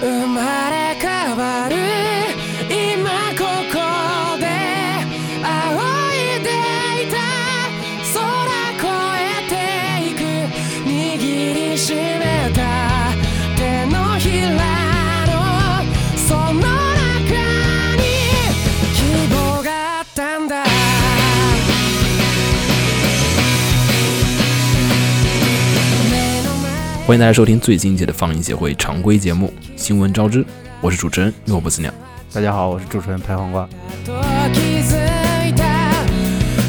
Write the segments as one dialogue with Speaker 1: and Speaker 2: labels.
Speaker 1: 生まれ変わる今ここで仰いでいた空越えていく握りしめた手のひらのその中に希望があったんだ目の前
Speaker 2: 欢迎大家收听最新一期的放映协会常规节目《新闻招之》，我是主持人诺不死鸟。
Speaker 3: 大家好，我是主持人拍黄瓜。
Speaker 1: と気づいた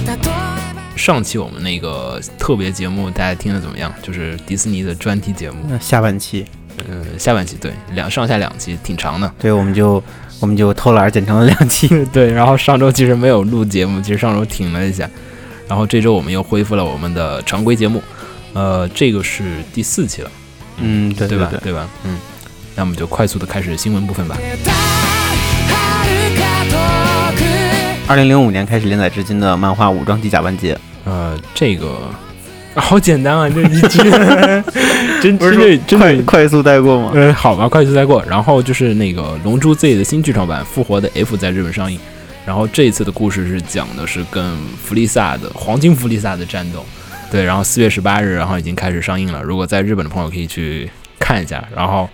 Speaker 1: 例えば
Speaker 2: 上期我们那个特别节目大家听的怎么样？就是迪士尼的专题节目，
Speaker 3: 那下半期，
Speaker 2: 呃，下半期对两上下两期挺长的。
Speaker 3: 对，我们就我们就偷懒儿剪成了两期。
Speaker 2: 对，然后上周其实没有录节目，其实上周停了一下，然后这周我们又恢复了我们的常规节目，呃，这个是第四期了，
Speaker 3: 嗯，对
Speaker 2: 吧？
Speaker 3: 对，
Speaker 2: 对吧？嗯，那我们就快速的开始新闻部分吧。
Speaker 1: 出た遥か遠く
Speaker 3: 二零零五年开始连载至今的漫画《武装机甲完结》，
Speaker 2: 呃，这个。好简单啊，这一句， 真真的真
Speaker 3: 快
Speaker 2: 的
Speaker 3: 快速带过吗？
Speaker 2: 呃，好吧，快速带过。然后就是那个《龙珠 Z》的新剧场版《复活的 F》在日本上映。然后这一次的故事是讲的是跟弗利萨的黄金弗利萨的战斗，对。然后四月十八日，然后已经开始上映了。如果在日本的朋友可以去看一下。然后，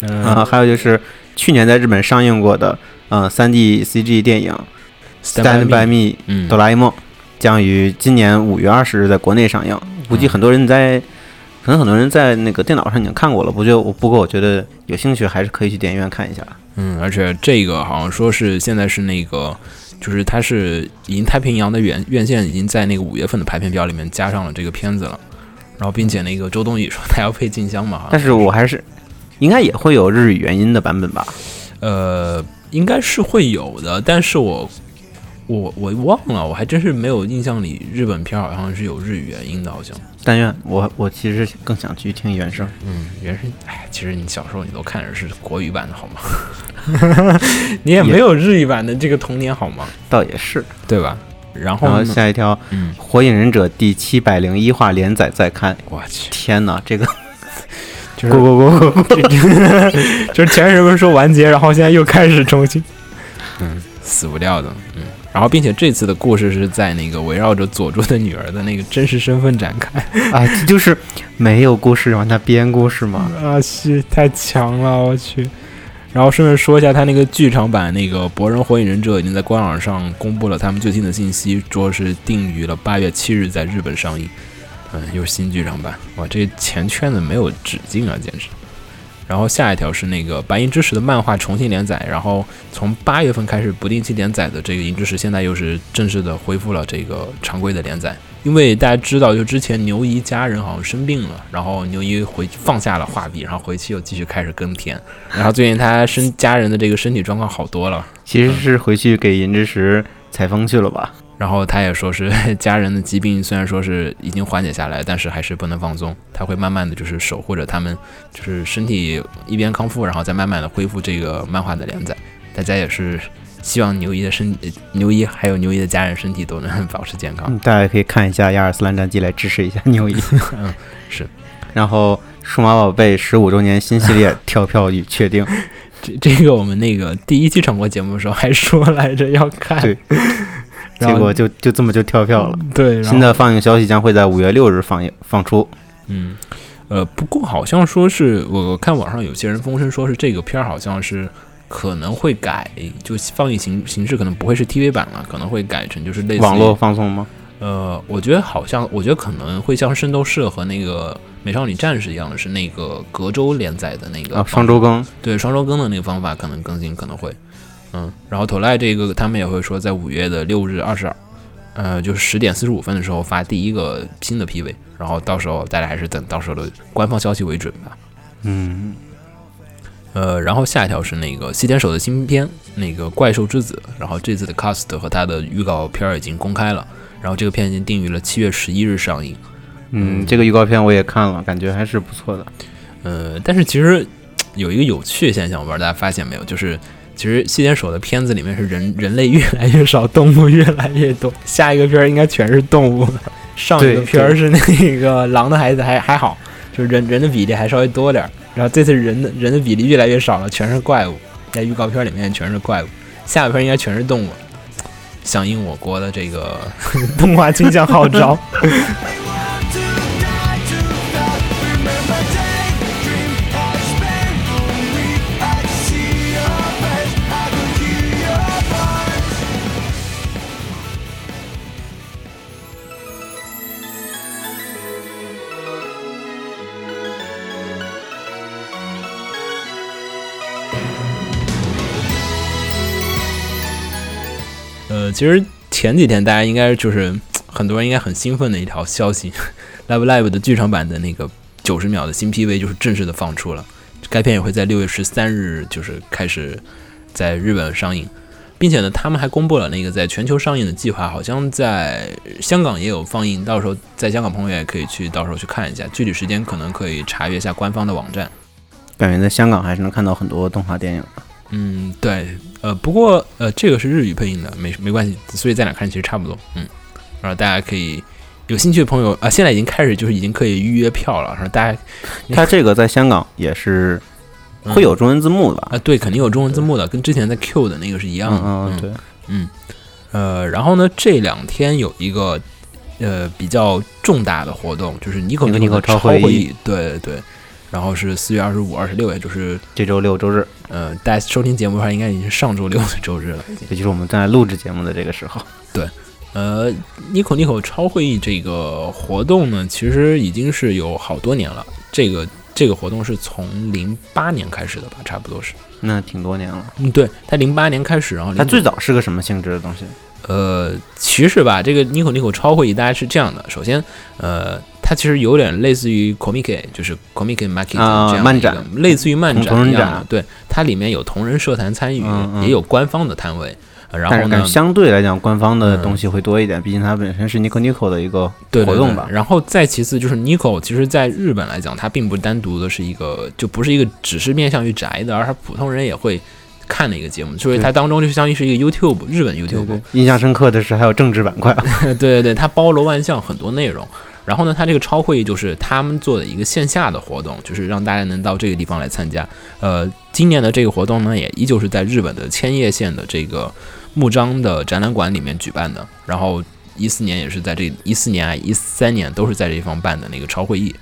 Speaker 2: 嗯、
Speaker 3: 啊，还有就是去年在日本上映过的，嗯，三 D CG 电影《Stand by
Speaker 2: Me，
Speaker 3: Me》
Speaker 2: 嗯
Speaker 3: 哆，啦 A 梦将于今年五月二十日在国内上映。估计很多人在，可能很多人在那个电脑上已经看过了。不就我不过我觉得有兴趣还是可以去电影院看一下。
Speaker 2: 嗯，而且这个好像说是现在是那个，就是它是银太平洋的院院线已经在那个五月份的排片表里面加上了这个片子了。然后，并且那个周冬雨说她要配静香嘛，好像
Speaker 3: 但是我还是应该也会有日语原音的版本吧？
Speaker 2: 呃，应该是会有的，但是我我我忘了，我还真是没有印象里日本片儿好像是有日语原音的，好像。
Speaker 3: 但愿我我其实更想去听原声。
Speaker 2: 嗯，原声，哎，其实你小时候你都看的是国语版的好吗？ 你也没有日语版的这个童年好吗？
Speaker 3: 倒也是。
Speaker 2: 对吧？然后
Speaker 3: 然后
Speaker 2: 呢
Speaker 3: 下一条，
Speaker 2: 嗯
Speaker 3: 《火影忍者》第七百零一话连载再刊。
Speaker 2: 我去，
Speaker 3: 天 哪，这个
Speaker 2: 就
Speaker 3: 过
Speaker 2: 是
Speaker 3: 过过 过过！
Speaker 2: 就是前人们说完结，然后现在又开始重新，嗯， 死不掉的，嗯。然后，并且这次的故事是在那个围绕着佐助的女儿的那个真实身份展开。
Speaker 3: 哎，这就是没有故事让他编故事嘛。
Speaker 2: 啊，是太强了，我去。然后顺便说一下，他那个剧场版那个《博人火影忍者》已经在官网上公布了他们最新的信息，说是定于了八月七日在日本上映。嗯，又是新剧场版，哇，这钱圈子没有止境啊，简直。然后下一条是那个《白银之石》的漫画重新连载，然后从八月份开始不定期连载的这个《银之石》，现在又是正式的恢复了这个常规的连载。因为大家知道，就之前牛一家人好像生病了，然后牛一回放下了画笔，然后回去又继续开始耕田。然后最近他身家人的这个身体状况好多了，
Speaker 3: 其实是回去给银之石采风去了吧？
Speaker 2: 然后他也说是家人的疾病虽然说是已经缓解下来，但是还是不能放松，他会慢慢的就是守护着他们，就是身体一边康复，然后再慢慢的恢复这个漫画的连载。大家也是希望牛一的身呃牛一还有牛一的家人身体都能保持健康。。
Speaker 3: 嗯，大家可以看一下《亚尔斯兰战记》来支持一下牛一
Speaker 2: 嗯，是。
Speaker 3: 然后，《数码宝贝》十五周年新系列跳票已确定。
Speaker 2: 这这个我们那个第一期常规节目的时候还说来着要看，
Speaker 3: 对
Speaker 2: 然
Speaker 3: 结
Speaker 2: 后
Speaker 3: 果就就这么就跳票了。
Speaker 2: 对，然后
Speaker 3: 新的放映消息将会在五月六日放映放出。
Speaker 2: 嗯，呃，不过好像说是我我看网上有些人风声说是这个片儿好像是可能会改，就放映形形式可能不会是 TV 版了，可能会改成就是类似于
Speaker 3: 网络放送吗？
Speaker 2: 呃，我觉得好像，我觉得可能会像《圣斗士》和那个《美少女战士》一样，是那个隔周连载的那个
Speaker 3: 啊，
Speaker 2: 方
Speaker 3: 双周更。
Speaker 2: 对双周更的那个方法，可能更新可能会，嗯，然后头赖这个他们也会说在五月的六日二十二，呃，就是十点四十五分的时候发第一个新的 PV，然后到时候大家还是等到时候的官方消息为准吧。
Speaker 3: 嗯，
Speaker 2: 呃，然后下一条是那个西天守的新片，那个《怪兽之子》，然后这次的 cast 和它的预告片儿已经公开了，然后这个片已经定于了七月十一日上映。
Speaker 3: 嗯，这个预告片我也看了，感觉还是不错的。
Speaker 2: 呃，但是其实有一个有趣的现象，我不知道大家发现没有，就是其实细田守的片子里面是人人类越来越少，动物越来越多，下一个片儿应该全是动物了，上一个
Speaker 3: 对
Speaker 2: 片儿是那个狼的孩子还还好，就是人人的比例还稍微多点儿，然后这次人的人的比例越来越少了，全是怪物，在预告片里面全是怪物，下一片应该全是动物。响应我国的这个 动画倾向号召，呃，其实前几天大家应该就是嘖很多人应该很兴奋的一条消息，Live Live 的剧场版的那个九十秒的新 PV 就是正式的放出了，该片也会在六月十三日就是开始在日本上映，并且呢，他们还公布了那个在全球上映的计划，好像在香港也有放映，到时候在香港朋友也可以去到时候去看一下，具体时间可能可以查阅一下官方的网站。
Speaker 3: 感觉在香港还是能看到很多动画电影的。
Speaker 2: 嗯，对，呃，不过呃，这个是日语配音的，没没关系，所以在哪看其实差不多，嗯，然后大家可以有兴趣的朋友啊、现在已经开始就是已经可以预约票了，然后大家
Speaker 3: 它这个在香港也是会有中文字幕的
Speaker 2: 啊、
Speaker 3: 吧？
Speaker 2: 对，肯定有中文字幕的，跟之前在 Q 的那个是一样的，
Speaker 3: 嗯嗯，对，
Speaker 2: 嗯，呃，然后呢，这两天有一个呃比较重大的活动，就是尼可
Speaker 3: 尼可
Speaker 2: 尼可
Speaker 3: 尼可
Speaker 2: 超
Speaker 3: 超
Speaker 2: 会
Speaker 3: 会议
Speaker 2: 议，对对对，然后是四月二十五、二十六，也就是
Speaker 3: 这周六周日，
Speaker 2: 呃，大家收听节目的话，应该已经是上周六的周日了。
Speaker 3: 也就是我们在录制节目的这个时候。
Speaker 2: 呃，Nico Nico 超会议这个活动呢，其实已经是有好多年了。这个这个活动是从零八年开始的吧，差不多是。
Speaker 3: 那挺多年了，
Speaker 2: 嗯，对，它零八年开始，然后
Speaker 3: 它
Speaker 2: 09
Speaker 3: 最早是个什么性质的东西？
Speaker 2: 呃，其实吧，这个 Nico Nico 超会议大概是这样的：首先，呃，它其实有点类似于 Comic，就是 Comic m a r k e t
Speaker 3: 啊
Speaker 2: 这样的一
Speaker 3: 漫
Speaker 2: 个、
Speaker 3: 展
Speaker 2: 类似于漫展
Speaker 3: 同人
Speaker 2: 一样的
Speaker 3: 展
Speaker 2: 对，它里面有同人社团参与，
Speaker 3: 嗯嗯
Speaker 2: 也有官方的摊位。呃然
Speaker 3: 但
Speaker 2: 后
Speaker 3: 是
Speaker 2: 呢
Speaker 3: 感觉，相对来讲，官方的
Speaker 2: 嗯
Speaker 3: 东西会多一点，毕竟它本身是 Nico Nico 的一个
Speaker 2: 对
Speaker 3: 活
Speaker 2: 对
Speaker 3: 动
Speaker 2: 对
Speaker 3: 吧，。
Speaker 2: 然后再其次就是 Nico，其实在日本来讲，它并不单独的是一个，就不是一个只是面向于宅的，而是普通人也会看的一个节目，就是它当中就相当于是一个 YouTube 日本 YouTube，
Speaker 3: 对，印象深刻的是还有政治板块，
Speaker 2: 对对对，它包罗万象，很多内容。然后呢，它这个超会议就是他们做的一个线下的活动，就是让大家能到这个地方来参加。呃，今年的这个活动呢，也依旧是在日本的千叶县的这个木章的展览馆里面举办的。然后一四年也是在这一四年啊一三年都是在这地方办的那个超会议。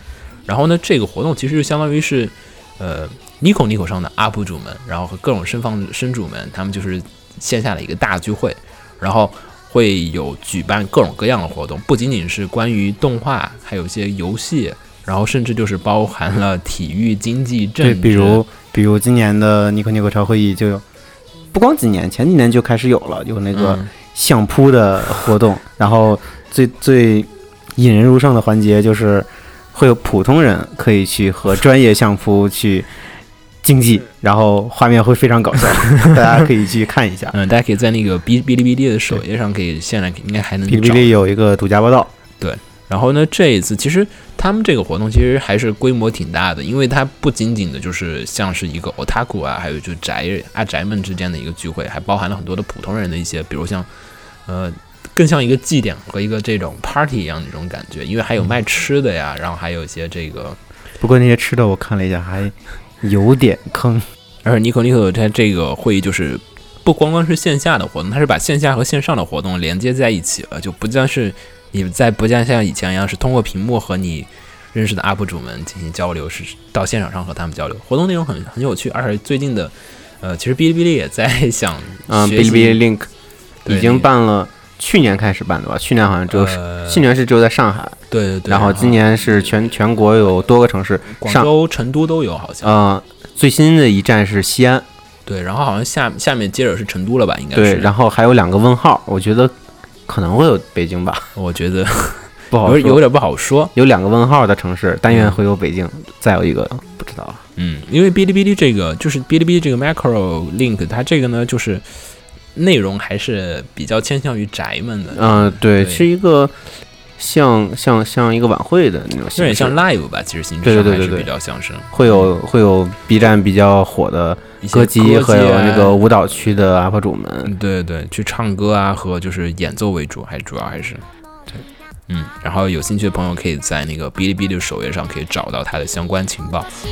Speaker 2: 然后呢，这个活动其实就相当于是，呃，Nico Nico 上的 UP 主们，然后和各种深放深主们，他们就是线下的一个大聚会，然后会有举办各种各样的活动，不仅仅是关于动画，还有一些游戏，然后甚至就是包含了体育、经济、政
Speaker 3: 对，
Speaker 2: 治，
Speaker 3: 比如比如今年的 Nico Nico 超会议就有，不光今年，前几年就开始有了，有那个
Speaker 2: 嗯
Speaker 3: 相扑的活动，然后最最引人入胜的环节就是会有普通人可以去和专业相扑去竞技，然后画面会非常 搞笑，大家可以去看一下。
Speaker 2: 嗯，大家可以在那个哔哔哩哔哩的首页上可以现在应该还能
Speaker 3: 哔哩
Speaker 2: 找
Speaker 3: 哔哩有一个独家报道，
Speaker 2: 然后呢，这一次其实他们这个活动其实还是规模挺大的，因为它不仅仅的就是像是一个 otaku 啊，还有就宅阿宅们之间的一个聚会，还包含了很多的普通人的一些，比如像呃，更像一个祭典和一个这种 party 一样的这种感觉，因为还
Speaker 3: 嗯
Speaker 2: 有卖吃的呀，然后还有一些这个，
Speaker 3: 不过那些吃的我看了一下，还有点坑。
Speaker 2: 而且尼可尼可在这个会议就是。不光光是线下的活动，它是把线下和线上的活动连接在一起了，就不像是你在不像像以前一样是通过屏幕和你认识的 UP 主们进行交流，是到现场上和他们交流。活动内容很很有趣，而且最近的，呃，其实哔哩哔哩也在想
Speaker 3: 嗯，哔
Speaker 2: 学
Speaker 3: 哩
Speaker 2: 习，
Speaker 3: 哔哩 Link
Speaker 2: 对
Speaker 3: 已经办了，去年开始办的吧？去年好像只有，
Speaker 2: 呃，
Speaker 3: 去年是只有在上海，
Speaker 2: 对对对，
Speaker 3: 然后今年是全全国有多个城市，
Speaker 2: 广
Speaker 3: 上
Speaker 2: 州、成都都有好像，
Speaker 3: 呃，最新的一站是西安，
Speaker 2: 对，然后好像下下面接着是成都了吧，应该是，
Speaker 3: 对，然后还有两个问号，我觉得可能会有北京 吧，
Speaker 2: 后我觉得
Speaker 3: 不好
Speaker 2: 有
Speaker 3: 说。
Speaker 2: 有
Speaker 3: 有
Speaker 2: 点不好说，
Speaker 3: 两个问号的城市，但愿会有北京，再有一个不知道了。
Speaker 2: 嗯，因为哔哩哔哩这个就是哔哩哔哩这个 Macro Link，它这个呢就是内容还是比较偏向于宅们的，
Speaker 3: 嗯、对，
Speaker 2: 对
Speaker 3: 是一个像像像一个晚会的那种
Speaker 2: 有
Speaker 3: 形
Speaker 2: 点
Speaker 3: 式，
Speaker 2: 像 Live 吧，其实形
Speaker 3: 对
Speaker 2: 式
Speaker 3: 对
Speaker 2: 上
Speaker 3: 对
Speaker 2: 还是
Speaker 3: 对对
Speaker 2: 比较像是
Speaker 3: 会有会有 B 站比较火的
Speaker 2: 一些
Speaker 3: 歌姬
Speaker 2: 和
Speaker 3: 和有那个舞蹈区的 UP 主们，
Speaker 2: 嗯，对对，去唱歌啊和就是演奏为主，还主要还是
Speaker 3: 对，
Speaker 2: 嗯，然后有兴趣的朋友可以在那个哔哩哔哩的首页上可以找到它的相关情报。
Speaker 1: 知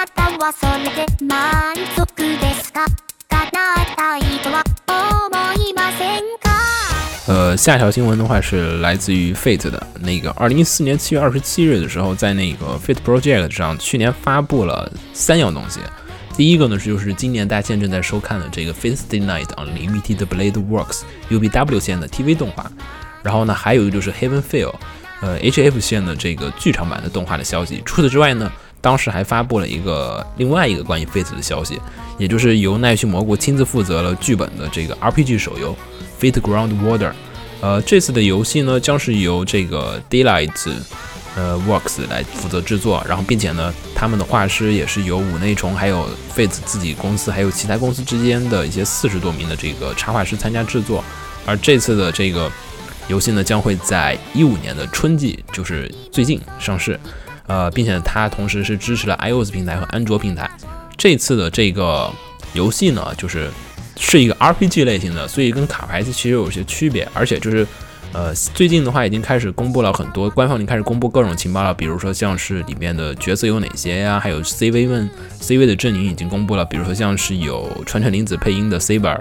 Speaker 1: ってる
Speaker 4: はそれで満足ですか叶ったいとは思いませんか
Speaker 2: 呃，下一条新闻的话是来自于 Fate 的那个，二零一四年七月二十七日的时候，在那个 Fate Project 上，去年发布了三样东西。第一个呢，就是今年大家现在正在收看的这个 f a t e Stay Night on Limited Blade Works UBW 线的 TV 动画。然后呢，还有一个就是 Heaven Feel，呃 HF 线的这个剧场版的动画的消息。除此之外呢，当时还发布了一个另外一个关于 Fate 的消息，也就是由奈绪蘑菇亲自负责了剧本的这个 RPG 手游 Fate Ground Water。呃，这次的游戏呢，将是由这个 Daylight 呃 Works 来负责制作，然后并且呢，他们的画师也是由五内虫还有 Fate 自己公司还有其他公司之间的一些四十多名的这个插画师参加制作，而这次的这个游戏呢，将会在一五年的春季，就是最近上市，呃，并且它同时是支持了 iOS 平台和安卓平台。这次的这个游戏呢，就是是一个 RPG 类型的，所以跟卡牌其实有些区别，而且就是。呃，最近的话已经开始公布了很多官方已经开始公布各种情报了，比如说像是里面的角色有哪些呀，还有 CV 们 CV 的阵营已经公布了，比如说像是有川城绫子配音的 Saber，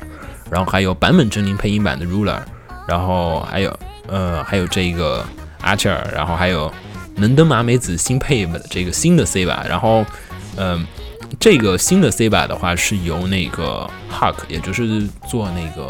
Speaker 2: 然后还有版本阵营配音版的 Ruler，然后还有呃还有这个 Archer，然后还有能登麻美子新配的这个新的 C 吧，然后嗯、这个新的 C 吧的话是由那个 Hark，也就是做那个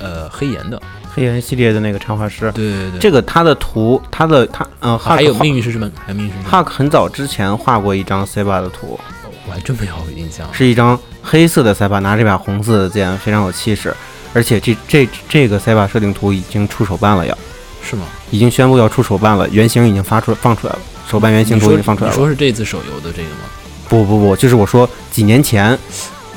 Speaker 2: 呃黑岩的，
Speaker 3: 黑岩系列的那个插画师，
Speaker 2: 对对对，啊
Speaker 3: 这个他的图，他的他嗯，
Speaker 2: 还有命
Speaker 3: 运
Speaker 2: 运石之门，还有命运石之门，
Speaker 3: ，Hark 很早之前画过一张 C 巴的图，
Speaker 2: 我还真没有印象。
Speaker 3: 是一张黑色的塞巴，拿着一把红色的剑，非常有气势。而且这这这个塞巴设定图已经出手办了要，
Speaker 2: 是吗？
Speaker 3: 已经宣布要出手办了，原型已经发出放出来了，手办原型
Speaker 2: 你
Speaker 3: 图已
Speaker 2: 说
Speaker 3: 经放出来
Speaker 2: 你
Speaker 3: 了。
Speaker 2: 说是这次手游的这个吗？
Speaker 3: 不不不，就是我说几年前。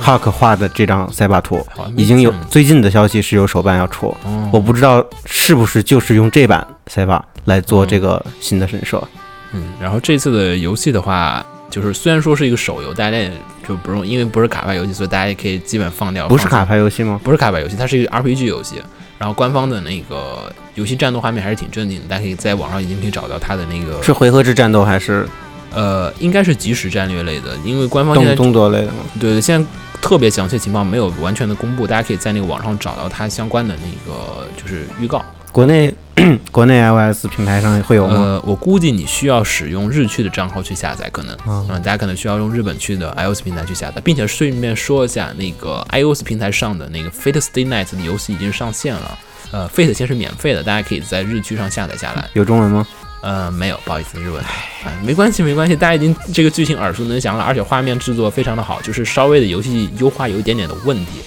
Speaker 3: 哈克画的这张塞巴图
Speaker 2: 好像没
Speaker 3: 已经有
Speaker 2: 见过
Speaker 3: 最近的消息是有手办要出，
Speaker 2: 哦，
Speaker 3: 我不知道是不是就是用这版塞巴来做这个新的神社。
Speaker 2: 嗯，然后这次的游戏的话，就是虽然说是一个手游，大家也就不用，因为不是卡牌游戏，所以大家也可以基本放掉。
Speaker 3: 不是
Speaker 2: 哦放松
Speaker 3: 卡牌游戏吗？
Speaker 2: 不是卡牌游戏，它是一个 RPG 游戏。然后官方的那个游戏战斗画面还是挺正经的，大家可以在网上已经可以找到它的那个
Speaker 3: 是回合制战斗还是
Speaker 2: 呃，应该是即时战略类的，因为官方现在
Speaker 3: 动动作类的吗？
Speaker 2: 对对，现在特别详细的情报没有完全的公布，大家可以在那个网上找到它相关的那个就是预告。
Speaker 3: 国内 国内 iOS 平台上会有吗？
Speaker 2: 呃，我估计你需要使用日区的账号去下载，可能，
Speaker 3: 嗯
Speaker 2: 嗯，大家可能需要用日本区的 iOS 平台去下载，并且顺便说一下，那个 iOS 平台上的那个 Fate Stay Night 的游戏已经上线了。呃，Fate 先是免费的，大家可以在日区上下载下来。
Speaker 3: 有中文吗？
Speaker 2: 呃，没有，不好意思，日文。哎，没关系，没关系，大家已经这个剧情耳熟能详了，而且画面制作非常的好，就是稍微的游戏优化有一点点的问题，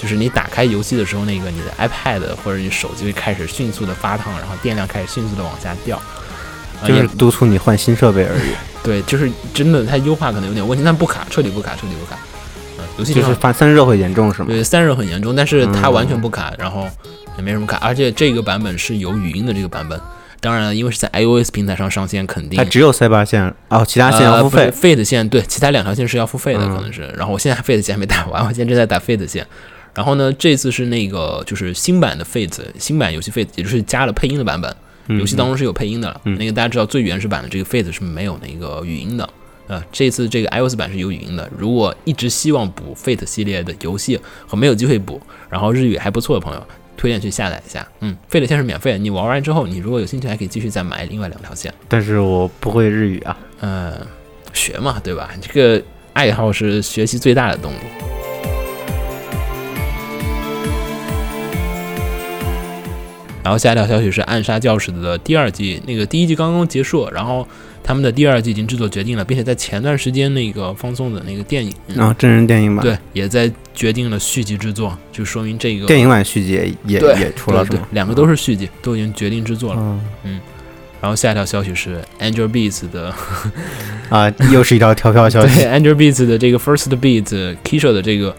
Speaker 2: 就是你打开游戏的时候，那个你的 iPad 或者你手机会开始迅速的发烫，然后电量开始迅速的往下掉。呃、
Speaker 3: 就是
Speaker 2: 也
Speaker 3: 督促你换新设备而已，
Speaker 2: 对，就是真的，它优化可能有点问题，但不卡，彻底不卡，彻底不卡。嗯、游戏呃
Speaker 3: 就是
Speaker 2: 上
Speaker 3: 发散热会严重是吗？
Speaker 2: 对散热很严重，但是它
Speaker 3: 嗯
Speaker 2: 完全不卡，然后也没什么卡，而且这个版本是有语音的这个版本。当然了，因为是在 iOS 平台上上线，肯定
Speaker 3: 它只有塞巴线哦，其他线要付费
Speaker 2: 呃、。不是，Fate 线对，其他两条线是要付费的，
Speaker 3: 嗯
Speaker 2: 可能是。然后我现在 Fate 线还没打完，我现在正在打 Fate 线。然后呢，这次是那个就是新版的 Fate，新版游戏 Fate，也就是加了配音的版本。
Speaker 3: 嗯
Speaker 2: 游戏当中是有配音的了，
Speaker 3: 嗯
Speaker 2: 那个大家知道最原始版的这个 Fate 是没有那个语音的。呃，这次这个 iOS 版是有语音的。如果一直希望补 Fate 系列的游戏和没有机会补，然后日语还不错的朋友，推荐去下载一下。嗯，Fate 线是免费的，你玩完之后，你如果有兴趣还可以继续再买另外两条线。
Speaker 3: 但是我不会日语啊。
Speaker 2: 嗯，学嘛，对吧？这个爱好是学习最大的动力。然后下一条消息是《暗杀教室》的第二季，那个第一季刚刚结束，然后他们的第二季已经制作决定了，并且在前段时间那个放送的那个电影，
Speaker 3: 然后真人电影版，
Speaker 2: 嗯对，也在决定了续集制作，就说明这个
Speaker 3: 电影版续集也也
Speaker 2: 对
Speaker 3: 也出了是
Speaker 2: 对对
Speaker 3: 吗？
Speaker 2: 两个都是续集，都已经决定制作了。
Speaker 3: 嗯
Speaker 2: 然后下一条消息是 Angel Beats 的
Speaker 3: 啊，又是一条跳票消
Speaker 2: 对
Speaker 3: 息。
Speaker 2: Angel Beats 的这个 First Beat Kisha 的这个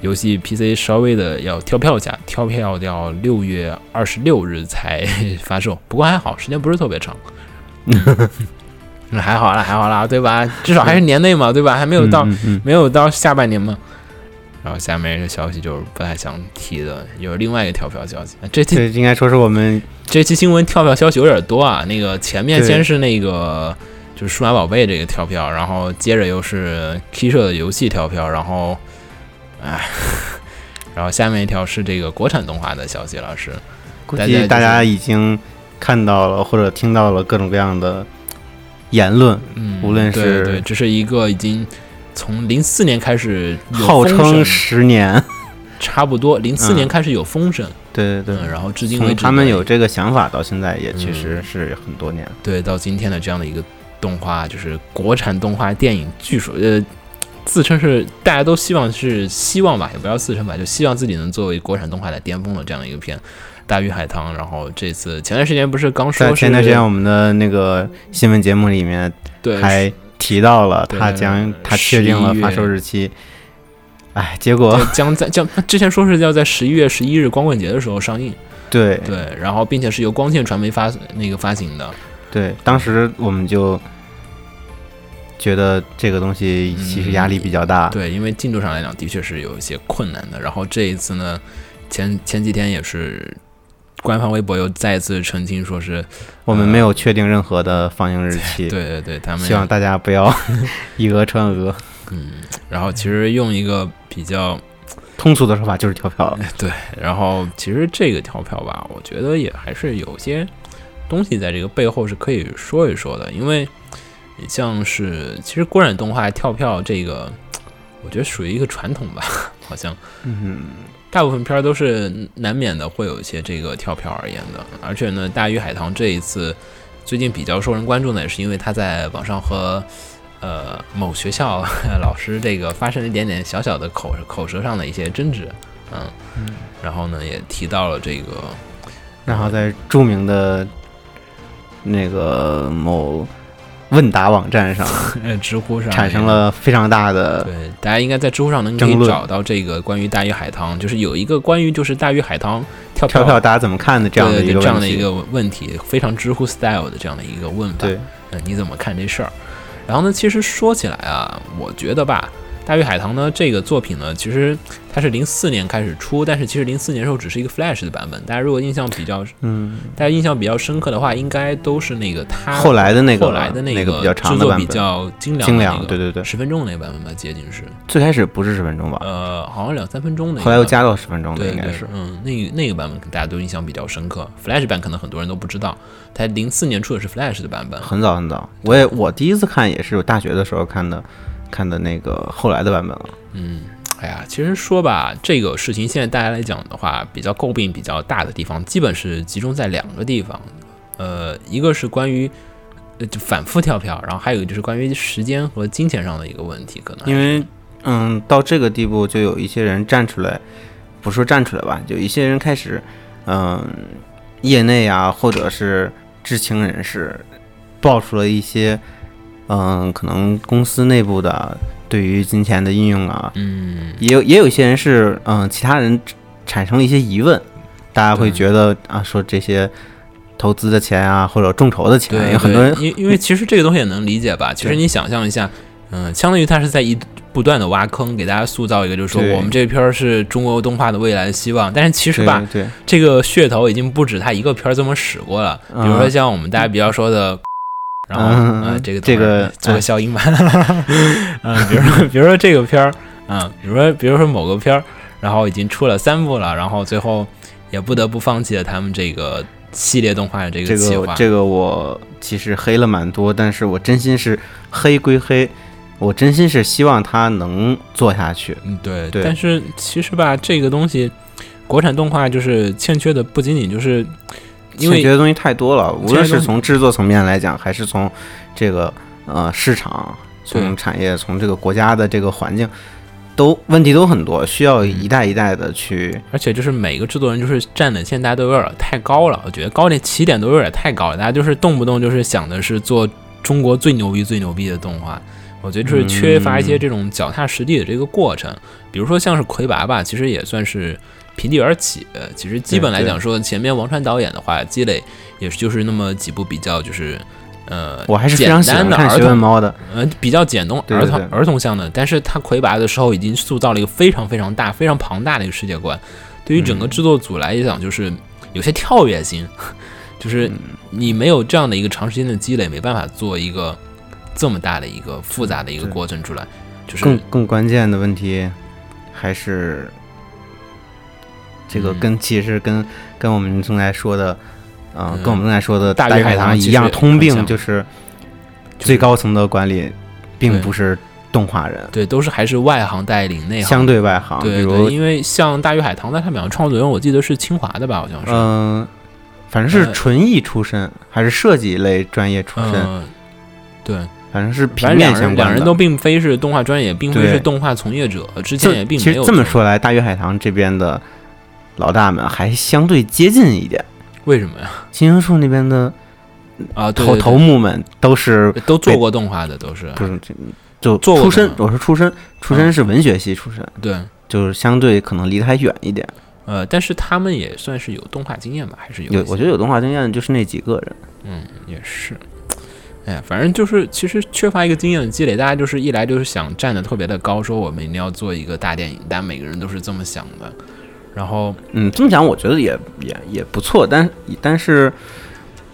Speaker 2: 游戏 PC 稍微的要跳票一下，跳票到六月二十六日才发售，不过还好，时间不是特别 长。嗯，还好啦，还好啦，对吧？至少还是年内嘛，对吧？还没有到、
Speaker 3: 嗯嗯
Speaker 2: 没有到下半年嘛。然后下面一个消息就是不太想提的，有另外一个跳票消息。啊这期
Speaker 3: 这应该说是我们
Speaker 2: 这期新闻跳票消息有点多啊，那个前面
Speaker 3: 对
Speaker 2: 先是那个就是数码宝贝这个跳票，然后接着又是 K 社的游戏跳票，然后，哎， 然后下面一条是这个国产动画的消息了，是
Speaker 3: 估
Speaker 2: 大家就
Speaker 3: 计
Speaker 2: 是
Speaker 3: 大家已经看到了或者听到了各种各样的言论，
Speaker 2: 嗯，
Speaker 3: 无论
Speaker 2: 对
Speaker 3: 是
Speaker 2: 对，这是一个已经从零四年开始有
Speaker 3: 号称
Speaker 2: 风声
Speaker 3: 十年，
Speaker 2: 差不多零四
Speaker 3: 嗯
Speaker 2: 年开始有风声，
Speaker 3: 对对
Speaker 2: 嗯，
Speaker 3: 对。
Speaker 2: 然后至今为
Speaker 3: 从
Speaker 2: 止
Speaker 3: 他们
Speaker 2: 的
Speaker 3: 有这个想法到现在，也确实
Speaker 2: 嗯
Speaker 3: 是很多年了。
Speaker 2: 对到今天的这样的一个动画，就是国产动画电影，据说呃自称是大家都希望是希望吧，也不要自称吧，就希望自己能作为国产动画的巅峰的这样的一个片《大鱼海棠》。然后这次前段时间不是刚说
Speaker 3: 在
Speaker 2: 是
Speaker 3: 前段时间我们的那个新闻节目里面
Speaker 2: 对
Speaker 3: 还提到了
Speaker 2: 对
Speaker 3: 他将他确
Speaker 2: 11
Speaker 3: 定了
Speaker 2: 月
Speaker 3: 发售日期，哎，结果
Speaker 2: 对呃将在将之前说是要在十一月十一日光棍节的时候上映，
Speaker 3: 对
Speaker 2: 对，然后并且是由光线传媒发那个发行的，
Speaker 3: 对，当时我们就觉得这个东西其实压力比较大，
Speaker 2: 嗯对，因为进度上来讲，的确是有一些困难的。然后这一次呢，前前几天也是官方微博又再一次澄清，说是
Speaker 3: 我们没有确定任何的放映日期，
Speaker 2: 呃对对对，他们
Speaker 3: 希望大家不要 以讹传讹。
Speaker 2: 然后其实用一个比较
Speaker 3: 通俗的说法就是跳票 了，
Speaker 2: 对，然后其实这个跳票吧，我觉得也还是有些东西在这个背后是可以说一说的，因为你像是其实国产动画跳票这个，我觉得属于一个传统吧， 好像。
Speaker 3: 嗯，
Speaker 2: 大部分片儿都是难免的会有一些这个跳票而言的，而且呢，《大鱼海棠》这一次最近比较受人关注呢，也是因为他在网上和呃某学校呃老师这个发生了一点点小小的口口舌上的一些争执，嗯，然后呢也提到了这个
Speaker 3: 然后在著名的那个某问答网站上
Speaker 2: 呃知乎上
Speaker 3: 产生
Speaker 2: 也
Speaker 3: 了非常大的
Speaker 2: 对，大家应该在知乎上能可
Speaker 3: 争
Speaker 2: 以
Speaker 3: 论
Speaker 2: 找到这个关于《大鱼海棠》，就是有一个关于就是《大鱼海棠》跳
Speaker 3: 跳票大家怎么看的这样的
Speaker 2: 对
Speaker 3: 一
Speaker 2: 对
Speaker 3: 个
Speaker 2: 这样
Speaker 3: 问
Speaker 2: 的一
Speaker 3: 题，
Speaker 2: 个问题，非常知乎 style 的这样的一个问法。
Speaker 3: 对，
Speaker 2: 嗯，你怎么看这事儿？然后呢，其实说起来啊，我觉得吧，《大鱼海棠》呢这个作品呢，其实它是零四年开始出，但是其实零四年时候只是一个 Flash 的版本。大家如果印象比较，
Speaker 3: 嗯，
Speaker 2: 大家印象比较深刻的话，应该都是那个它
Speaker 3: 后来的那个
Speaker 2: 后来的
Speaker 3: 那个
Speaker 2: 个
Speaker 3: 比较长
Speaker 2: 制
Speaker 3: 的
Speaker 2: 作
Speaker 3: 版
Speaker 2: 比
Speaker 3: 本
Speaker 2: 较精良
Speaker 3: 精
Speaker 2: 的
Speaker 3: 良
Speaker 2: 那，个
Speaker 3: 对对对，
Speaker 2: 十分钟那个版本吧，接近是
Speaker 3: 最开始不是十分钟吧，
Speaker 2: 呃，好像两三分钟的一个版本。
Speaker 3: 后来又加到十分钟的
Speaker 2: 对
Speaker 3: 应该
Speaker 2: 对
Speaker 3: 是，
Speaker 2: 嗯，那个那个版本大家都印象比较深刻。Flash 版可能很多人都不知道，它零四年出的是 Flash 的版本。
Speaker 3: 很早很早，我也我第一次看也是我大学的时候看的，看的那个后来的版本了。
Speaker 2: 嗯，哎呀，其实说吧，这个事情现在大家来讲的话，比较诟病比较大的地方，基本是集中在两个地方，呃，一个是关于呃就反复跳票，然后还有就是关于时间和金钱上的一个问题，可能
Speaker 3: 因为嗯，到这个地步就有一些人站出来，不说站出来吧，有一些人开始嗯，业内啊或者是知情人士爆出了一些嗯，可能公司内部的对于金钱的应用啊，
Speaker 2: 嗯，
Speaker 3: 也有也有一些人是嗯、其他人产生了一些疑问，大家会
Speaker 2: 对
Speaker 3: 觉得啊，说这些投资的钱啊，或者众筹的钱，
Speaker 2: 对，
Speaker 3: 有很多
Speaker 2: 对
Speaker 3: 人
Speaker 2: 因因为其实这个东西也能理解吧。其实
Speaker 3: 对
Speaker 2: 你想象一下，嗯，相当于它是在一不断的挖坑，给大家塑造一个，就是说
Speaker 3: 对
Speaker 2: 我们这片儿是中国动画的未来的希望。但是其实吧，
Speaker 3: 对对
Speaker 2: 这个噱头已经不止它一个片儿这么使过了。比如说
Speaker 3: 嗯
Speaker 2: 像我们大家比较说的，然后
Speaker 3: 嗯
Speaker 2: 呃，这个
Speaker 3: 这个
Speaker 2: 等
Speaker 3: 哎
Speaker 2: 会儿做个消音吧。 嗯，比如说比如说这个片儿，嗯，比如说比如说某个片儿，然后已经出了三部了，然后最后也不得不放弃了他们这个系列动画的这
Speaker 3: 这
Speaker 2: 个计
Speaker 3: 个
Speaker 2: 划。
Speaker 3: 这个我其实黑了蛮多，但是我真心是黑归黑，我真心是希望它能做下去。
Speaker 2: 嗯，对，
Speaker 3: 对
Speaker 2: 但是其实吧，这个东西，国产动画就是欠缺的不仅仅就是因
Speaker 3: 欠缺
Speaker 2: 为
Speaker 3: 的东西太多了，无
Speaker 2: 缺的
Speaker 3: 论
Speaker 2: 东
Speaker 3: 是
Speaker 2: 西
Speaker 3: 从制作层面来讲，还是从这个呃市场、
Speaker 2: 对
Speaker 3: 从产业、从这个国家的这个环境，都问题都很多，需要
Speaker 2: 嗯
Speaker 3: 一代一代的去
Speaker 2: 而且就是每个制作人就是站的现在大家都有点太高了，我觉得高点起点都有点太高了，大家就是动不动就是想的是做中国最牛逼最牛逼的动画，我觉得就是缺乏一些这种脚踏实地的这个过程。比如说像是魁拔吧，其实也算是平地而起的。其实基本来讲说，前面王川导演的话积累也是就是那么几部比较就是。呃，
Speaker 3: 我还是非常喜
Speaker 2: 简单
Speaker 3: 欢
Speaker 2: 的
Speaker 3: 看
Speaker 2: 儿
Speaker 3: 学
Speaker 2: 童
Speaker 3: 问猫的，
Speaker 2: 呃，比较简单
Speaker 3: 对
Speaker 2: 儿
Speaker 3: 对
Speaker 2: 童
Speaker 3: 对
Speaker 2: 儿童向的，但是他魁拔的时候已经塑造了一个非常非常大、非常庞大的一个世界观，对于整
Speaker 3: 嗯
Speaker 2: 个制作组来讲，就是有些
Speaker 3: 嗯
Speaker 2: 跳跃性，就是你没有这样的一个长时间的积累，没办法做一个这么大的一个复杂的一个
Speaker 3: 嗯对
Speaker 2: 过程出来，就是
Speaker 3: 更更关键的问题还是这个
Speaker 2: 嗯
Speaker 3: 跟、其实跟跟我们正在说的，啊、
Speaker 2: 嗯
Speaker 3: 跟我们正在说的
Speaker 2: 大
Speaker 3: 大
Speaker 2: 跃
Speaker 3: 海
Speaker 2: 海
Speaker 3: 棠
Speaker 2: 棠其
Speaker 3: 一
Speaker 2: 实
Speaker 3: 样，
Speaker 2: 很
Speaker 3: 通病
Speaker 2: 像
Speaker 3: 就是
Speaker 2: 就是
Speaker 3: 最高层的管理并
Speaker 2: 对
Speaker 3: 不是动画人，
Speaker 2: 对，都是还是外行带领内行，
Speaker 3: 相对外行，比
Speaker 2: 对
Speaker 3: 如
Speaker 2: 对，因为像大鱼海棠，那他们两个创作人，我记得是清华的吧，好像是，
Speaker 3: 嗯、反正是
Speaker 2: 呃
Speaker 3: 纯艺出身，还是设计类专业出身，
Speaker 2: 嗯，对，
Speaker 3: 反正是平
Speaker 2: 反正
Speaker 3: 面
Speaker 2: 两
Speaker 3: 相
Speaker 2: 人
Speaker 3: 关的。
Speaker 2: 两人都并非是动画专业，并非
Speaker 3: 对
Speaker 2: 是动画从业者，之
Speaker 3: 这
Speaker 2: 前也并
Speaker 3: 其
Speaker 2: 没
Speaker 3: 实
Speaker 2: 有
Speaker 3: 这么
Speaker 2: 做，
Speaker 3: 说来，大鱼海棠这边的老大们还相对接近一点。
Speaker 2: 为什么呀？
Speaker 3: 新生树那边的
Speaker 2: 啊，对
Speaker 3: 头
Speaker 2: 对
Speaker 3: 头目们都是
Speaker 2: 对都做过动画的，都是
Speaker 3: 不是这就
Speaker 2: 做过
Speaker 3: 出身
Speaker 2: 的，吗嗯
Speaker 3: 我是出身，出身是文学系出身，
Speaker 2: 对，
Speaker 3: 就是相对可能离得还远一点。
Speaker 2: 呃，但是他们也算是有动画经验吧，还是有
Speaker 3: 有
Speaker 2: 一些
Speaker 3: 我觉得有动画经验的就是那几个人，
Speaker 2: 嗯，也是。哎呀，反正就是，其实缺乏一个经验的积累，大家就是一来就是想站得特别的高，说我们一定要做一个大电影，但每个人都是这么想的。然后，
Speaker 3: 嗯，这么讲我觉得也也也不错，但但是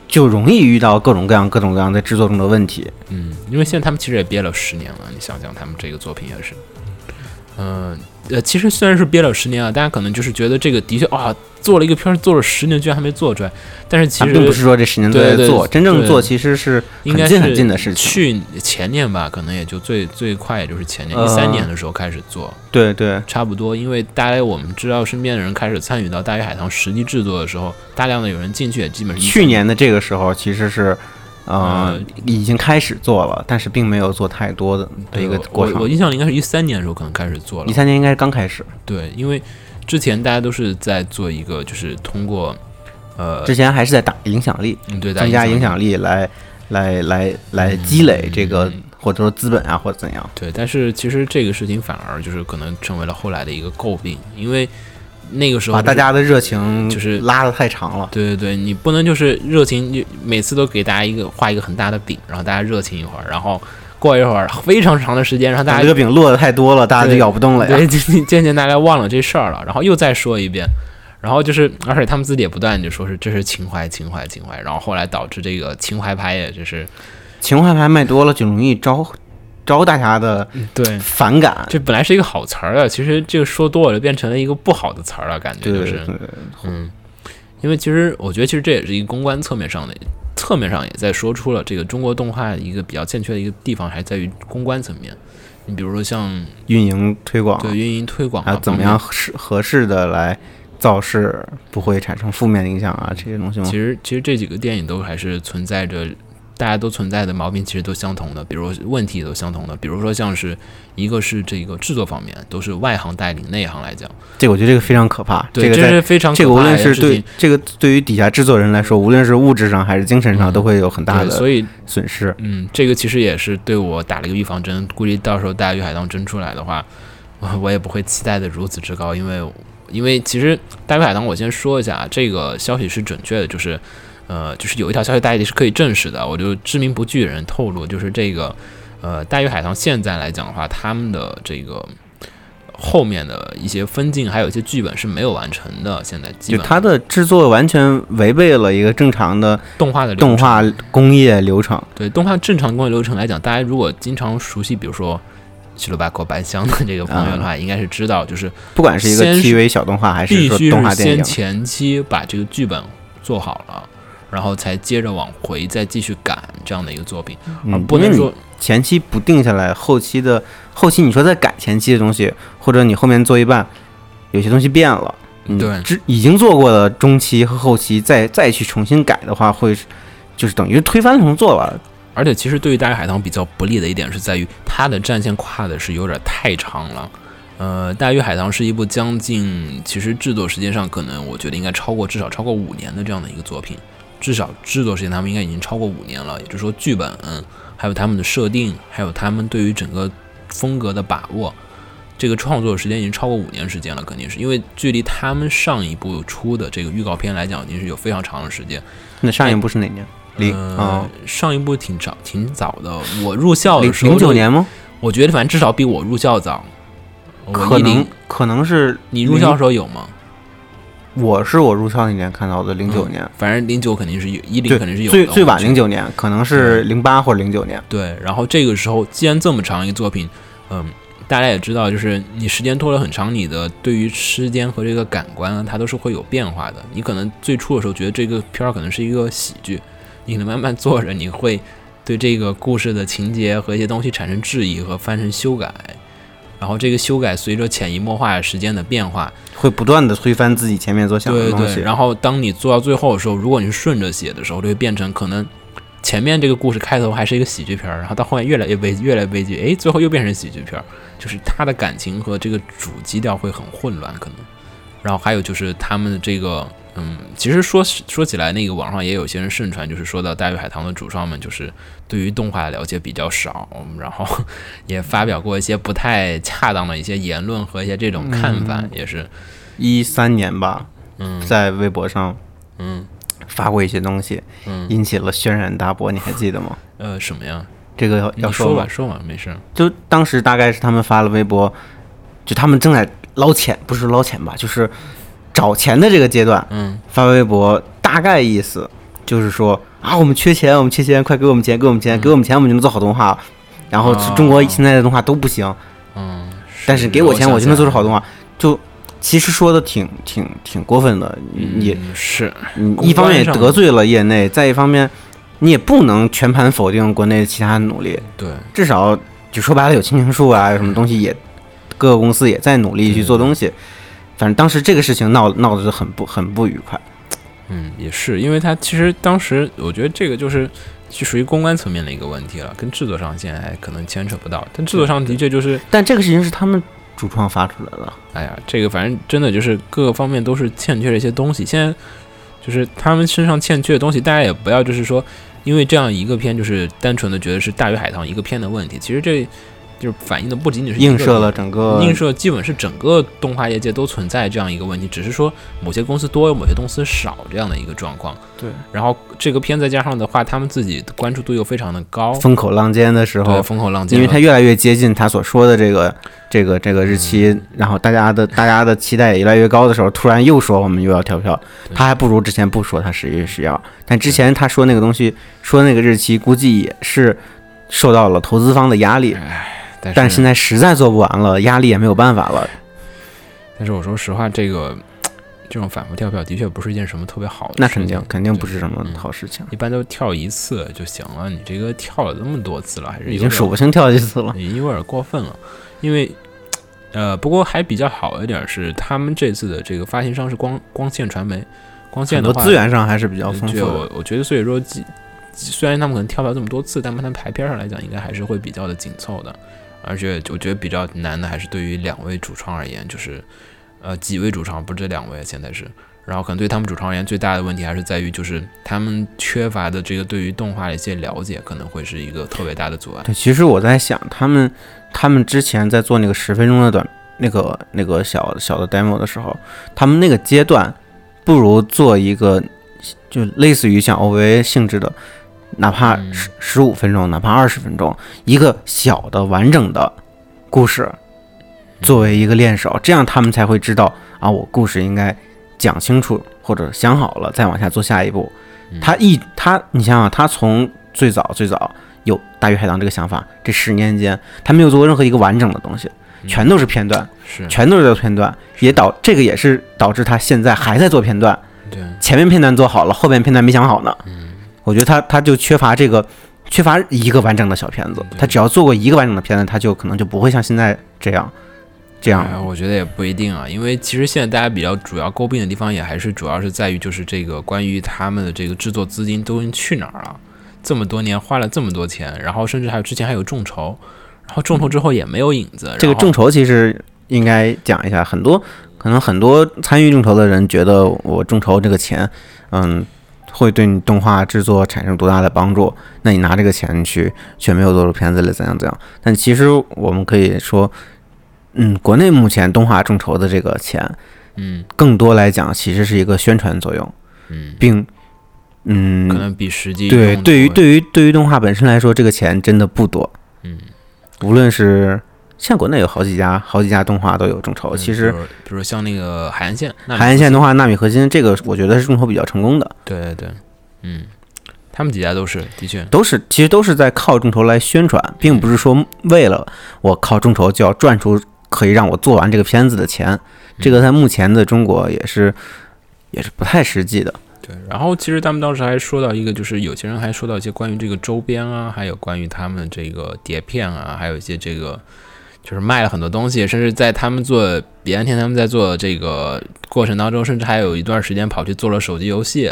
Speaker 3: 就容易遇到各种各样各种各样在制作中的问题。
Speaker 2: 嗯，因为现在他们其实也憋了十年了，你想想他们这个作品也是，嗯、呃，其实虽然是憋了十年啊，大家可能就是觉得这个的确啊，做了一个片儿做了十年，居然还没做出来，但是其
Speaker 3: 咱
Speaker 2: 实
Speaker 3: 啊并不是说这十年都
Speaker 2: 对
Speaker 3: 在
Speaker 2: 对
Speaker 3: 做，真正
Speaker 2: 对
Speaker 3: 做其实是
Speaker 2: 应该
Speaker 3: 很
Speaker 2: 是
Speaker 3: 近很近的事情。
Speaker 2: 去前年吧，可能也就最最快也就是前年
Speaker 3: 呃
Speaker 2: 一三年的时候开始做，
Speaker 3: 对对，
Speaker 2: 差不多，因为大家我们知道身边的人开始参与到《大鱼海棠》实际制作的时候，大量的有人进去，也基本是一
Speaker 3: 去年的这个时候其实是，呃
Speaker 2: 呃，
Speaker 3: 已经开始做了，但是并没有做太多的的
Speaker 2: 嗯对
Speaker 3: 一个
Speaker 2: 我
Speaker 3: 过
Speaker 2: 我我
Speaker 3: 程。
Speaker 2: 印象里应该是一三年的时候可能开始做
Speaker 3: 一
Speaker 2: 了，
Speaker 3: 三年应该是刚开始，
Speaker 2: 对，因为之前大家都是在做一个就是通过呃
Speaker 3: 之前还是在打影响力，
Speaker 2: 嗯对
Speaker 3: 增加影
Speaker 2: 力嗯
Speaker 3: 响力来来来来积累这个，或者说资本啊，或者怎样。
Speaker 2: 对，但是其实这个事情反而就是可能成为了后来的一个诟病，因为那个时候
Speaker 3: 把
Speaker 2: 就是
Speaker 3: 大家的热情
Speaker 2: 就是
Speaker 3: 拉得太长了，
Speaker 2: 对对对，你不能就是热情，你每次都给大家一个画一个很大的饼，然后大家热情一会儿，然后过一会儿非常长的时间，然后大家
Speaker 3: 等这个饼落的太多了，大家就
Speaker 2: 对
Speaker 3: 咬不动了呀。
Speaker 2: 对，渐渐渐大家忘了这事儿了，然后又再说一遍，然后就是，而且他们自己也不断就说是这是情怀，情怀，情怀，然后后来导致这个情怀牌也就是
Speaker 3: 情怀牌卖多了就容易招招大家的
Speaker 2: 对，
Speaker 3: 反感。
Speaker 2: 这本来是一个好词儿啊，其实这个说多了就变成了一个不好的词儿了，感觉
Speaker 3: 对
Speaker 2: 就
Speaker 3: 对
Speaker 2: 是
Speaker 3: 对，对
Speaker 2: 嗯，因为其实我觉得其实这也是一个公关侧面上的。侧面上也在说出了这个中国动画一个比较欠缺的一个地方，还在于公关层面。你比如说像
Speaker 3: 运营推广
Speaker 2: 对运营推广
Speaker 3: 啊还
Speaker 2: 啊，
Speaker 3: 有怎么样合适合适的来造势，不会产生负面影响啊，这些东西吗
Speaker 2: 其？实其实这几个电影都还是存在着大家都存在的毛病，其实都相同的，比如问题也都相同的，比如说像是一个是这个制作方面，都是外行带领内行来讲，
Speaker 3: 这个我觉得这个非常可怕，
Speaker 2: 对，
Speaker 3: 个
Speaker 2: 这
Speaker 3: 在
Speaker 2: 是非常
Speaker 3: 这
Speaker 2: 可
Speaker 3: 个无
Speaker 2: 怕
Speaker 3: 论
Speaker 2: 的
Speaker 3: 是
Speaker 2: 事
Speaker 3: 对
Speaker 2: 情
Speaker 3: 这个对于底下制作人来说，无论是物质上还是精神
Speaker 2: 嗯
Speaker 3: 上，都会有很大
Speaker 2: 对，所
Speaker 3: 的
Speaker 2: 以
Speaker 3: 损失。
Speaker 2: 嗯，这个其实也是对我打了一个预防针，估计到时候《大鱼海棠》真出来的话，我我也不会期待的如此之高，因为因为其实《大鱼海棠》，我先说一下啊，这个消息是准确的，就是呃，就是有一条消息大家是可以证实的，我就知名不具人透露，就是这个呃，《大鱼海棠》现在来讲的话，他们的这个。后面的一些分镜还有一些剧本是没有完成的，现在基
Speaker 3: 就
Speaker 2: 本
Speaker 3: 它的制作完全违背了一个正常的
Speaker 2: 动画的流
Speaker 3: 动
Speaker 2: 程
Speaker 3: 画工业流程，
Speaker 2: 对动画正常工业流程来讲，大家如果经常熟悉，比如说《西鲁巴口白香》的这个朋友的话，应该是知道，就是
Speaker 3: 不管是一个
Speaker 2: 先是
Speaker 3: TV 小动啊画还
Speaker 2: 必
Speaker 3: 是说
Speaker 2: 须
Speaker 3: 动画
Speaker 2: 是
Speaker 3: 电
Speaker 2: 先
Speaker 3: 影，
Speaker 2: 前期把这个剧本做好了，然后才接着往回再继续赶这样的一个作品，而
Speaker 3: 嗯，
Speaker 2: 啊不能
Speaker 3: 因为
Speaker 2: 说
Speaker 3: 你前期不定下来，后期的后期你说再改前期的东西，或者你后面做一半，有些东西变了，嗯
Speaker 2: 对
Speaker 3: 之已经做过的中期和后期再再去重新改的话，会是就是等于推翻重做了。
Speaker 2: 而且，其实对于大鱼海棠比较不利的一点是在于，它的战线跨的是有点太长了。呃，大鱼海棠是一部将近，其实制作时间上可能我觉得应该超过至少超过五年的这样的一个作品，至少制作时间他们应该已经超过五年了。也就是说，剧本、嗯还有他们的设定，还有他们对于整个风格的把握，这个创作时间已经超过五年时间了，肯定是因为距离他们上一部出的这个预告片来讲，已经是有非常长的时间。
Speaker 3: 那上一部是哪年？零啊
Speaker 2: 呃，上一部挺早挺早的，我入校
Speaker 3: 零
Speaker 2: 的时候
Speaker 3: 零九
Speaker 2: 就，
Speaker 3: 年吗？
Speaker 2: 我觉得反正至少比我入校早。我
Speaker 3: 可
Speaker 2: 一
Speaker 3: 能
Speaker 2: 零，
Speaker 3: 可能是
Speaker 2: 你入校的时候有吗？
Speaker 3: 我是我入校那年看到的，零九年，
Speaker 2: 反正零九肯定是有，一零
Speaker 3: 对，
Speaker 2: 肯定是有的
Speaker 3: 最最晚
Speaker 2: 我觉得
Speaker 3: 零九年，可能是零八或者零九年。
Speaker 2: 对，然后这个时候，既然这么长一个作品，嗯，大家也知道，就是你时间拖了很长，你的对于时间和这个感官啊，它都是会有变化的。你可能最初的时候觉得这个片儿可能是一个喜剧，你可能慢慢做着，你会对这个故事的情节和一些东西产生质疑和翻身修改。然后这个修改随着潜移默化时间的变化，
Speaker 3: 会不断的推翻自己前面所想的
Speaker 2: 对
Speaker 3: 东西。
Speaker 2: 对，然后当你做到最后的时候，如果你是顺着写的时候，就会变成可能前面这个故事开头还是一个喜剧片儿，然后到后面越来越悲越来越悲剧，诶，最后又变成喜剧片儿，就是他的感情和这个主基调会很混乱，可能。然后还有就是他们的这个，嗯，其实说说起来，那个网上也有些人盛传，就是说到《大鱼海棠》的主创们，就是对于动画的了解比较少，然后也发表过一些不太恰当的一些言论和一些这种看法，也是，
Speaker 3: 一三年吧，
Speaker 2: 嗯
Speaker 3: 在微博上
Speaker 2: 嗯
Speaker 3: 发过一些东西，
Speaker 2: 嗯，
Speaker 3: 引起了轩然大波，你还记得吗？
Speaker 2: 呃，什么呀？
Speaker 3: 这个要
Speaker 2: 你
Speaker 3: 嗯要
Speaker 2: 说
Speaker 3: 吗
Speaker 2: 吧，？说吧，没事。
Speaker 3: 就当时大概是他们发了微博，就他们正在捞钱，不是捞钱吧，就是找钱的这个阶段，
Speaker 2: 嗯，
Speaker 3: 发微博大概意思就是说啊，我们缺钱，我们缺钱，快给我们钱，给我们钱，给我们钱，我们就能做好动画。然后
Speaker 2: 嗯哦
Speaker 3: 中国现在的动画都不行，
Speaker 2: 嗯，
Speaker 3: 但是给我钱，我就能做出好动
Speaker 2: 画。
Speaker 3: 画。就其实说的挺挺挺过分的，也
Speaker 2: 嗯是，
Speaker 3: 你
Speaker 2: 公
Speaker 3: 一方面也
Speaker 2: 关上
Speaker 3: 得罪了业内，再一方面你也不能全盘否定国内其他努力，
Speaker 2: 对，
Speaker 3: 至少就说白了有青青树
Speaker 2: 嗯
Speaker 3: 啊，有什么东西也各个公司也在努力去做东西。反正当时这个事情闹闹的就很不很不愉快，
Speaker 2: 嗯，也是，因为他其实当时我觉得这个就是是属于公关层面的一个问题了，跟制作上现在还可能牵扯不到，但制作上的确就是，
Speaker 3: 但这个事情是他们主创发出来的。
Speaker 2: 哎呀，这个反正真的就是各个方面都是欠缺了一些东西，现在就是他们身上欠缺的东西，大家也不要就是说，因为这样一个片就是单纯的觉得是《大鱼海棠》一个片的问题，其实这就是反映的不仅仅是一
Speaker 3: 映
Speaker 2: 个
Speaker 3: 射了整个
Speaker 2: 映射基本是整个动画业界都存在这样一个问题，只是说某些公司多，某些公司少这样的一个状况。
Speaker 3: 对，
Speaker 2: 然后这个片再加上的话，他们自己的关注度又非常的高，
Speaker 3: 风口浪尖的时
Speaker 2: 对，
Speaker 3: 候，
Speaker 2: 风口浪尖
Speaker 3: 因
Speaker 2: 了，
Speaker 3: 为它越来越接近他所说的这个这个这个日期，
Speaker 2: 嗯
Speaker 3: 然后大家的大家的期待也越来越高的时候，突然又说我们又要跳票，
Speaker 2: 对
Speaker 3: 他还不如之前不说他十一月十一号，但之前他说那个东西，说那个日期，估计也是受到了投资方的压力，
Speaker 2: 哎但是
Speaker 3: 但是现在实在做不完了，压力也没有办法了。
Speaker 2: 但是我说实话，这个这种反复跳票的确不是一件什么特别好的事情，
Speaker 3: 那肯定肯定不是什么
Speaker 2: 嗯
Speaker 3: 好事情，
Speaker 2: 一般都跳一次就行了，你这个跳了那么多次了，还是
Speaker 3: 已
Speaker 2: 有
Speaker 3: 经
Speaker 2: 点
Speaker 3: 数不清跳几 次了。
Speaker 2: 也嗯有点过分了，因为。呃，不过还比较好一点是，他们这次的这个发行商是光光线传媒，光线
Speaker 3: 很
Speaker 2: 的
Speaker 3: 多
Speaker 2: 话呃
Speaker 3: 资源上还是比
Speaker 2: 就
Speaker 3: 较丰富的，
Speaker 2: 我觉得，所以说，既虽然他们可能跳票这么多次，但他们排片上来讲，应该还是会比较的紧凑的。而且我觉得比较难的还是对于两位主创而言，就是呃几位主创，不是这两位，现在是。然后可能对他们主创而言，最大的问题还是在于，就是他们缺乏的这个对于动画的一些了解，可能会是一个特别大的阻碍。
Speaker 3: 对，其实我在想，他们他们之前在做那个十分钟的短那个那个小小的 demo 的时候，他们那个阶段不如做一个就类似于像 OVA 性质的，哪怕
Speaker 2: 嗯
Speaker 3: 十十五分钟，哪怕二十分钟，一个小的完整的故事
Speaker 2: 嗯
Speaker 3: 作为一个练手，这样他们才会知道啊，我故事应该讲清楚或者想好了再往下做下一步。
Speaker 2: 嗯
Speaker 3: 他一他，你想想，他从最早最早有《大鱼海棠》这个想法，这十年间他没有做过任何一个完整的东西，
Speaker 2: 嗯
Speaker 3: 全都是片段，
Speaker 2: 是
Speaker 3: 全都是片段，也导这个也是导致他现在还在做片段，
Speaker 2: 对，嗯
Speaker 3: 前面片段做好了，后面片段没想好呢。我觉得他他就缺乏这个。缺乏一个完整的小片子，他只要做过一个完整的片子，他就可能就不会像现在这样，这样
Speaker 2: 哎我觉得也不一定啊，因为其实现在大家比较主要诟病的地方，也还是主要是在于就是这个关于他们的这个制作资金都去哪儿了？这么多年花了这么多钱，然后甚至还有之前还有众筹，然后众筹之后也没有影子。
Speaker 3: 这
Speaker 2: 然
Speaker 3: 个
Speaker 2: 后
Speaker 3: 众筹其实应该讲一下，很多可能很多参与众筹的人觉得我众筹这个钱，嗯，会对你动画制作产生多大的帮助？那你拿这个钱去却没有做出片子来，怎样怎样？但其实我们可以说，嗯，国内目前动画众筹的这个钱，
Speaker 2: 嗯
Speaker 3: 更多来讲其实是一个宣传作用，
Speaker 2: 嗯，
Speaker 3: 并嗯，
Speaker 2: 可能比实际
Speaker 3: 对，
Speaker 2: 用
Speaker 3: 对于
Speaker 2: 途
Speaker 3: 对于对于动画本身来说，这个钱真的不多。
Speaker 2: 嗯，
Speaker 3: 无论是像国内有好几家好几家动画都有众筹，其实
Speaker 2: 比如比如像那个海岸线，那
Speaker 3: 海岸线动嗯画《纳米合金》这个，我觉得是众筹比较成功的，
Speaker 2: 对对对，嗯，他们几家都是，的确，
Speaker 3: 都是其实都是在靠众筹来宣传，并不是说为了我靠众筹就要赚出可以让我做完这个片子的钱，这个在目前的中国也是也是不太实际的。
Speaker 2: 对，然后其实他们当时还说到一个，就是有些人还说到一些关于这个周边啊，还有关于他们这个碟片啊，还有一些这个就是卖了很多东西，甚至在他们做彼岸天他们在做这个过程当中，甚至还有一段时间跑去做了手机游戏。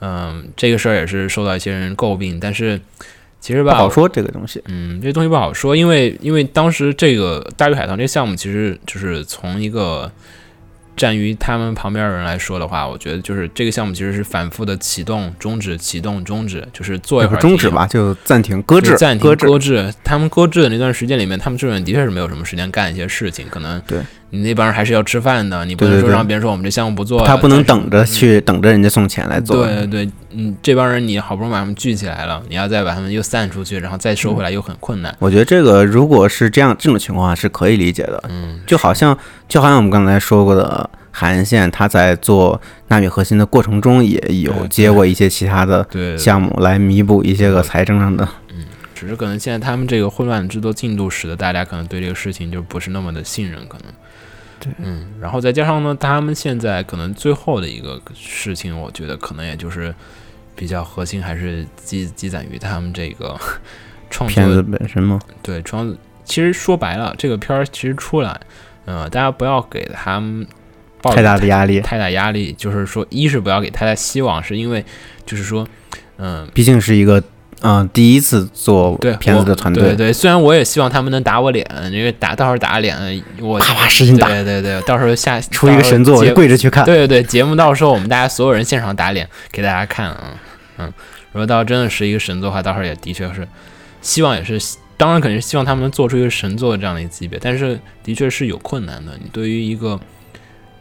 Speaker 2: 嗯，这个事儿也是受到一些人诟病，但是其实
Speaker 3: 不
Speaker 2: 吧，
Speaker 3: 好说这个东西，
Speaker 2: 嗯，这东西不好说，因为因为当时这个大鱼海棠这个项目，其实就是从一个站于他们旁边的人来说的话，我觉得就是这个项目其实是反复的启动、终止、启动、终止，就是做一
Speaker 3: 也
Speaker 2: 会
Speaker 3: 不
Speaker 2: 儿
Speaker 3: 是终止
Speaker 2: 停，
Speaker 3: 吧，就暂停搁
Speaker 2: 就是
Speaker 3: 置，
Speaker 2: 暂停
Speaker 3: 搁置。
Speaker 2: 他们搁置的那段时间里面，他们这种人的确是没有什么时间干一些事情，可能
Speaker 3: 对
Speaker 2: 你那帮人还是要吃饭的，你不
Speaker 3: 对
Speaker 2: 能
Speaker 3: 对
Speaker 2: 说
Speaker 3: 对
Speaker 2: 让别人说我们这项目不做了，
Speaker 3: 他不能
Speaker 2: 但是
Speaker 3: 等着去等着人家送钱来做，
Speaker 2: 对对对，嗯，这帮人你好不容易把他们聚起来了，你要再把他们又散出去，然后再收
Speaker 3: 嗯
Speaker 2: 回来又很困难。
Speaker 3: 我觉得这个如果是这样这种情况是可以理解的，
Speaker 2: 嗯，
Speaker 3: 就好像就好像我们刚才说过的，海岸线它在做纳米核心的过程中也有
Speaker 2: 对
Speaker 3: 接过一些其他的
Speaker 2: 对，对
Speaker 3: 项目来弥补一些个财政上的，
Speaker 2: 只是可能现在他们这个混乱的制作进度，使得大家可能对这个事情就不是那么的信任，可能。
Speaker 3: 对，
Speaker 2: 嗯，然后再加上呢，他们现在可能最后的一个事情，我觉得可能也就是比较核心，还是积积攒于他们这个 创
Speaker 3: 片
Speaker 2: 作
Speaker 3: 子本身吗？
Speaker 2: 对，主要其实说白了，这个片儿其实出来，呃，大家不要给他们抱
Speaker 3: 太
Speaker 2: 着
Speaker 3: 大的压力，
Speaker 2: 太大压力，就是说，一是不要给太大希望，是因为就是说，嗯、
Speaker 3: 毕竟是一个嗯、呃第一次做
Speaker 2: 对
Speaker 3: 片子
Speaker 2: 我
Speaker 3: 的团
Speaker 2: 对
Speaker 3: 队，
Speaker 2: 对，虽然我也希望他们能打我脸，因为打到时候打脸，我
Speaker 3: 啪啪使劲打，
Speaker 2: 对对对，到时候下
Speaker 3: 出一个神作我就。跪着去看
Speaker 2: 到时候节。对对对，节目到时候我们大家所有人现场打脸给大家看啊，嗯，如果到时候真的是一个神作的话，到时候也的确是希望也是，当然肯定是希望他们能做出一个神作这样的一个级别，但是的确是有困难的。你对于一个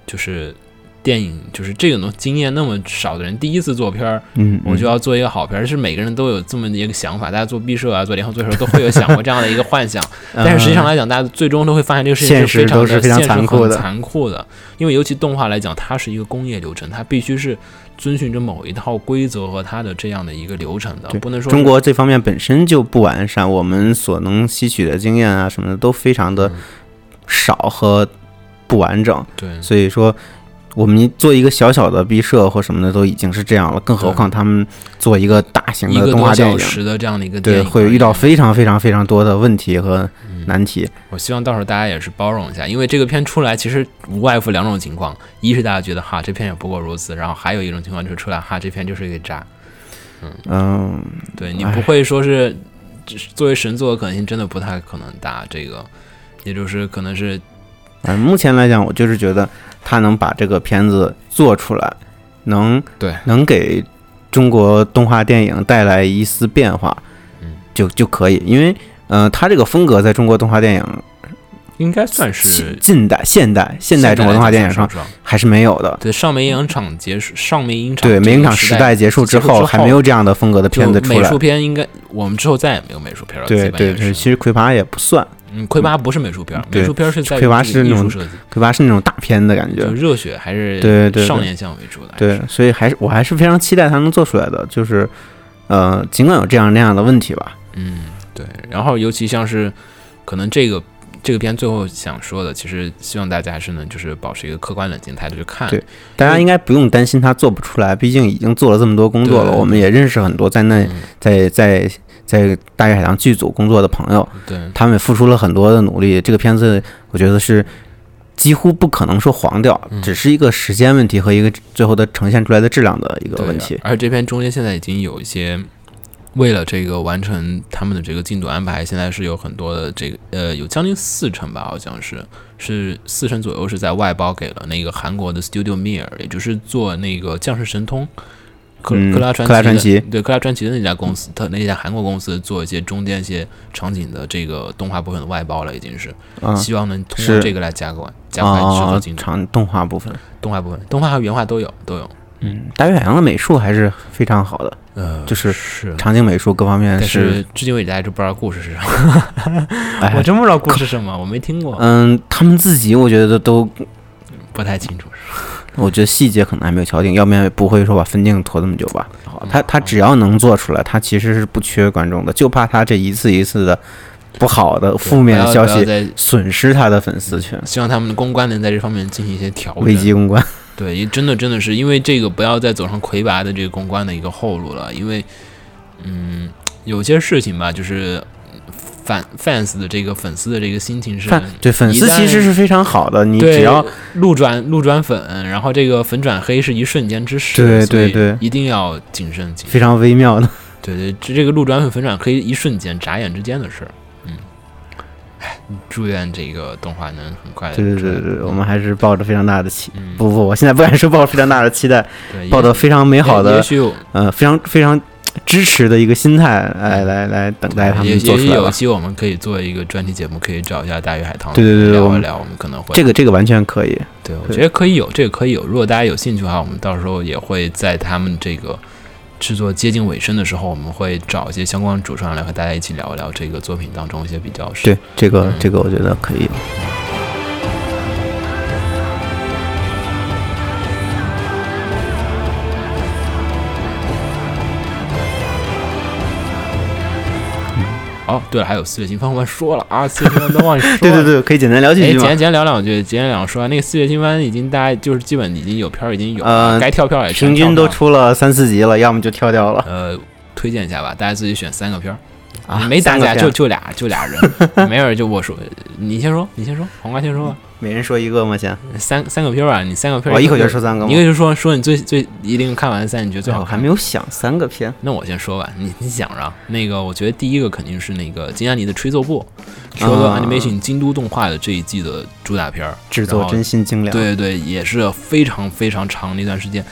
Speaker 2: 就是电影就是这个东经验那么少的人，第一次做片儿，
Speaker 3: 嗯，
Speaker 2: 我就
Speaker 3: 嗯
Speaker 2: 要做一个好片儿，是每个人都有这么一个想法。大家做毕设啊，做联合做的时候都会有想过这样的一个幻 想，但是实际
Speaker 3: 呃
Speaker 2: 上来讲，大家最终都会发现这个事情
Speaker 3: 嗯现
Speaker 2: 非
Speaker 3: 实
Speaker 2: 常
Speaker 3: 都
Speaker 2: 的
Speaker 3: 是非常残酷
Speaker 2: 现实
Speaker 3: 的
Speaker 2: 很残酷的。因为尤其动画来讲，它是一个工业流程，它必须是遵循着某一套规则和它的这样的一个流程的，
Speaker 3: 对
Speaker 2: 不能说
Speaker 3: 中
Speaker 2: 是
Speaker 3: 国这方面本身就不完善，我们所能吸取的经验啊什么的都非常的少和不完整，
Speaker 2: 嗯对
Speaker 3: 所以说我们做一个小小的毕设或什么的都已经是这样了，更何况他们做一个大型
Speaker 2: 一
Speaker 3: 的
Speaker 2: 个
Speaker 3: 动画
Speaker 2: 多
Speaker 3: 电
Speaker 2: 小
Speaker 3: 影，
Speaker 2: 时的这样的一个电
Speaker 3: 对，
Speaker 2: 影
Speaker 3: 会
Speaker 2: 而
Speaker 3: 遇到
Speaker 2: 已嗯
Speaker 3: 非常非常非常多的问题和难题。
Speaker 2: 我希望到时候大家也是包容一下，因为这个片出来其实无外乎两种情况：一是大家觉得哈这片也不过如此，然后还有一种情况就是出来哈这片就是一个渣。
Speaker 3: 嗯，
Speaker 2: 对你
Speaker 3: 哎
Speaker 2: 不会说是只是作为神作的可能性真的不太可能大，这个也就是可能是
Speaker 3: 反正呃目前来讲，我就是觉得他能把这个片子做出来，能
Speaker 2: 对
Speaker 3: 能给中国动画电影带来一丝变化，
Speaker 2: 嗯，
Speaker 3: 就就可以，因为呃，他这个风格在中国动画电影
Speaker 2: 应该算
Speaker 3: 近
Speaker 2: 是
Speaker 3: 近代、现代、现代中国动画电影上
Speaker 2: 上，
Speaker 3: 还是没有的。
Speaker 2: 对上美影厂结束，上美影厂
Speaker 3: 对，美影厂
Speaker 2: 时
Speaker 3: 时代结束之后，还没有这样的风格的片子
Speaker 2: 就
Speaker 3: 出
Speaker 2: 美
Speaker 3: 来
Speaker 2: 术。片应该我们之后再也没有美术片了，
Speaker 3: 对
Speaker 2: 基本也
Speaker 3: 对对，
Speaker 2: 是
Speaker 3: 其实《魁拔》也不算，《
Speaker 2: 嗯，魁拔不是美术片，
Speaker 3: 对
Speaker 2: 美术片是在于
Speaker 3: 魁拔
Speaker 2: 这
Speaker 3: 是
Speaker 2: 个
Speaker 3: 那
Speaker 2: 艺术
Speaker 3: 种
Speaker 2: 设计，
Speaker 3: 魁拔》是那种大片的感觉
Speaker 2: 就。热血还是
Speaker 3: 对对对
Speaker 2: 少年向为主的，还
Speaker 3: 对
Speaker 2: 是，
Speaker 3: 所以还是我还是非常期待他能做出来的，就是，呃，尽管有这样那样的问题吧，
Speaker 2: 嗯，对。然后尤其像是可能这个这个片最后想说的，其实希望大家还是能就是保持一个客观冷静态度去看，
Speaker 3: 对大家应该不用担心他做不出来，毕竟已经做了这么多工作了，
Speaker 2: 对
Speaker 3: 我们也认识很多在那
Speaker 2: 嗯
Speaker 3: 在在在大鱼海棠剧组工作的朋友，
Speaker 2: 对
Speaker 3: 他们也付出了很多的努力，这个片子我觉得是几乎不可能说黄掉，
Speaker 2: 嗯
Speaker 3: 只是一个时间问题和一个最后的呈现出来的质量的一个
Speaker 2: 对
Speaker 3: 问题。
Speaker 2: 而且这篇中间现在已经有一些。为了这个完成他们的这个进度安排，现在是有很多的这个呃，有将近四成吧，好像是是四成左右是在外包给了那个韩国的 Studio Mir，也就是做那个《降世神通》克
Speaker 3: 嗯
Speaker 2: 克拉传
Speaker 3: 克拉传
Speaker 2: 的
Speaker 3: 奇
Speaker 2: 对克拉传奇的那家公司，他那家韩国公司做一些中间一些场景的这个动画部分的外包了，已经是
Speaker 3: 啊
Speaker 2: 希望能通过
Speaker 3: 是
Speaker 2: 这个来加快加快制
Speaker 3: 啊
Speaker 2: 作，进度。
Speaker 3: 长动画部分，
Speaker 2: 动画部分，动画和原画都有都有。嗯，
Speaker 3: 大鱼海洋的美术还是非常好的，
Speaker 2: 呃，
Speaker 3: 嗯就是
Speaker 2: 是，
Speaker 3: 场景美术各方面
Speaker 2: 但
Speaker 3: 是
Speaker 2: 是，至今为止大家都不知道故事是什么，
Speaker 3: 哎
Speaker 2: 我，真不知道故事是什 么，我没听过，
Speaker 3: 嗯，他们自己我觉得都，
Speaker 2: 不太清楚。是
Speaker 3: 我觉得细节可能还没有敲定，要不然也不会说把分镜拖这么久吧。
Speaker 2: 嗯
Speaker 3: 他他只要能做出来，他其实是不缺观众的，就怕他这一次一次的不好的负面的消
Speaker 2: 不要
Speaker 3: 息
Speaker 2: 不要再
Speaker 3: 损失他的粉丝群，
Speaker 2: 希望他们的公关能在这方面进行一些调整。
Speaker 3: 危机公关。
Speaker 2: 对，因真的真的是因为这个，不要再走上魁拔的这个公关的一个后路了。因为，嗯，有些事情吧，就是反 fans 的这个粉丝的这个心情是
Speaker 3: 看，对粉丝其实是非常好的，你
Speaker 2: 对
Speaker 3: 只要
Speaker 2: 路转路转粉，然后这个粉转黑是一瞬间之事，
Speaker 3: 对
Speaker 2: 所以
Speaker 3: 对对
Speaker 2: 一定要谨慎谨
Speaker 3: 非常微妙的，
Speaker 2: 对对，这这个路转粉粉转黑一瞬间眨眼之间的事儿，嗯，哎，祝愿这个动画能很快地
Speaker 3: 对对
Speaker 2: 出来
Speaker 3: 对对，对我们还是抱着非常大的期，
Speaker 2: 嗯
Speaker 3: 不不，我现在不敢说抱着非常大的期待，
Speaker 2: 对
Speaker 3: 抱着非常美
Speaker 2: 也
Speaker 3: 好
Speaker 2: 也
Speaker 3: 的，
Speaker 2: 许有
Speaker 3: 呃，非常非常支持的一个心态来来来等待他
Speaker 2: 嗯也
Speaker 3: 们做
Speaker 2: 也
Speaker 3: 出
Speaker 2: 许
Speaker 3: 来
Speaker 2: 有
Speaker 3: 吧。
Speaker 2: 期我们可以做一个专题节目，可以找一下大鱼海棠，
Speaker 3: 对对对对
Speaker 2: 聊
Speaker 3: 我
Speaker 2: 一
Speaker 3: 们
Speaker 2: 聊，我们可能会
Speaker 3: 这个这个完全可以，
Speaker 2: 对，我
Speaker 3: 对
Speaker 2: 觉得可以有，这个可以有。如果大家有兴趣的话，我们到时候也会在他们这个制作接近尾声的时候，我们会找一些相关主创来和大家一起聊一聊这个作品当中一些比较是
Speaker 3: 对这
Speaker 2: 嗯
Speaker 3: 个这个我觉得可以。
Speaker 2: 哦，对了，还有四月新番，我们说了啊，四月新番都忘记说了。
Speaker 3: 对对对，可以简单聊几
Speaker 2: 哎，
Speaker 3: 句
Speaker 2: 简
Speaker 3: 嘛
Speaker 2: 单简。单聊两句，简单两句说完，那个四月新番已经大家就是基本已经有片儿已经有了，
Speaker 3: 呃
Speaker 2: 该跳票也全
Speaker 3: 平均
Speaker 2: 跳
Speaker 3: 都
Speaker 2: 票
Speaker 3: 出了三四集了，要么就跳掉了。
Speaker 2: 呃，推荐一下吧，大家自己选三个片儿。
Speaker 3: 啊
Speaker 2: 嗯没打
Speaker 3: 三个
Speaker 2: 架，
Speaker 3: 片
Speaker 2: 就就俩就俩 人，没人就我说，你先说，你先说，黄瓜先说吧，
Speaker 3: 每人说一个吗？先，
Speaker 2: 三三个片儿吧，你三个片儿，
Speaker 3: 我一口就说三个吗
Speaker 2: 你一？个就说说你最最一定看完的三，你觉得最
Speaker 3: 哎
Speaker 2: 好
Speaker 3: 我还
Speaker 2: 看
Speaker 3: 没。有想三个片。
Speaker 2: 那我先说吧，你你想着啊那个，我觉得第一个肯定是那个金安妮的《吹奏部》，吹奏部
Speaker 3: 啊
Speaker 2: Animation 京都动画的这一季的主打片儿，
Speaker 3: 制作
Speaker 2: 然后
Speaker 3: 真心精良。
Speaker 2: 对对，也是非常非常长的一段时间。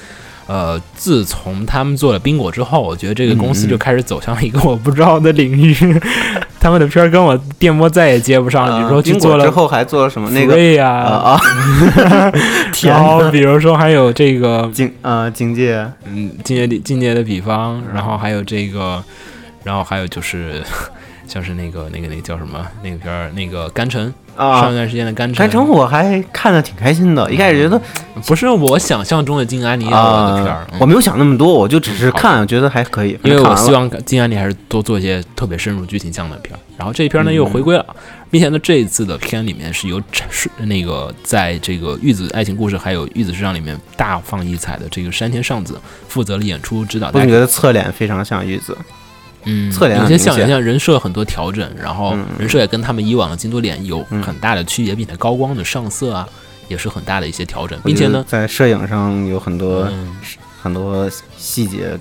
Speaker 2: 呃，自从他们做了冰果之后，我觉得这个公司
Speaker 3: 嗯嗯
Speaker 2: 就开始走向了一个我不知道的领域。 他们的片儿跟我电波再也接不上了，
Speaker 3: 啊，
Speaker 2: 比如说去
Speaker 3: 冰
Speaker 2: 做
Speaker 3: 果
Speaker 2: 了
Speaker 3: 之后还做了什么？那个
Speaker 2: 对
Speaker 3: 啊
Speaker 2: 呀，
Speaker 3: 啊，天
Speaker 2: 然后
Speaker 3: 呐，
Speaker 2: 比如说还有这个
Speaker 3: 境啊境界
Speaker 2: 嗯，境界的境界的比方，然后还有这个，然后还有就是。 像是那个那个那个叫什么那个片儿，那个甘城、上一
Speaker 3: 啊。
Speaker 2: 段时间的甘城，
Speaker 3: 甘城我还看的挺开心的，一开始觉得
Speaker 2: 不是我想象中的金安妮的片儿
Speaker 3: 啊，，
Speaker 2: 嗯
Speaker 3: 我没有想那么多，我就只是
Speaker 2: 好
Speaker 3: 看，觉得还可以。啊
Speaker 2: 因为
Speaker 3: 看
Speaker 2: 我
Speaker 3: 完
Speaker 2: 希
Speaker 3: 了
Speaker 2: 望金安妮还是多做一些特别深入剧情向的片儿。然后这一片儿呢
Speaker 3: 嗯
Speaker 2: 又回归了，并且呢这一次的片里面是有展示那个在这个《玉子爱情故事》还有《玉子市场》里面大放异彩的这个山田尚子负责了演出指导。
Speaker 3: 不仅觉得侧脸非常像玉子，
Speaker 2: 嗯，
Speaker 3: 侧脸
Speaker 2: 有
Speaker 3: 很
Speaker 2: 些
Speaker 3: 明
Speaker 2: 像有
Speaker 3: 显嗯
Speaker 2: 些人设很多调整，然后人设也跟他们以往的京都脸有很大的区别，并且高光的上色啊也是很大的一些调整，并且
Speaker 3: 我觉得
Speaker 2: 呢，
Speaker 3: 在摄影上有很多
Speaker 2: 嗯，
Speaker 3: 很多细节，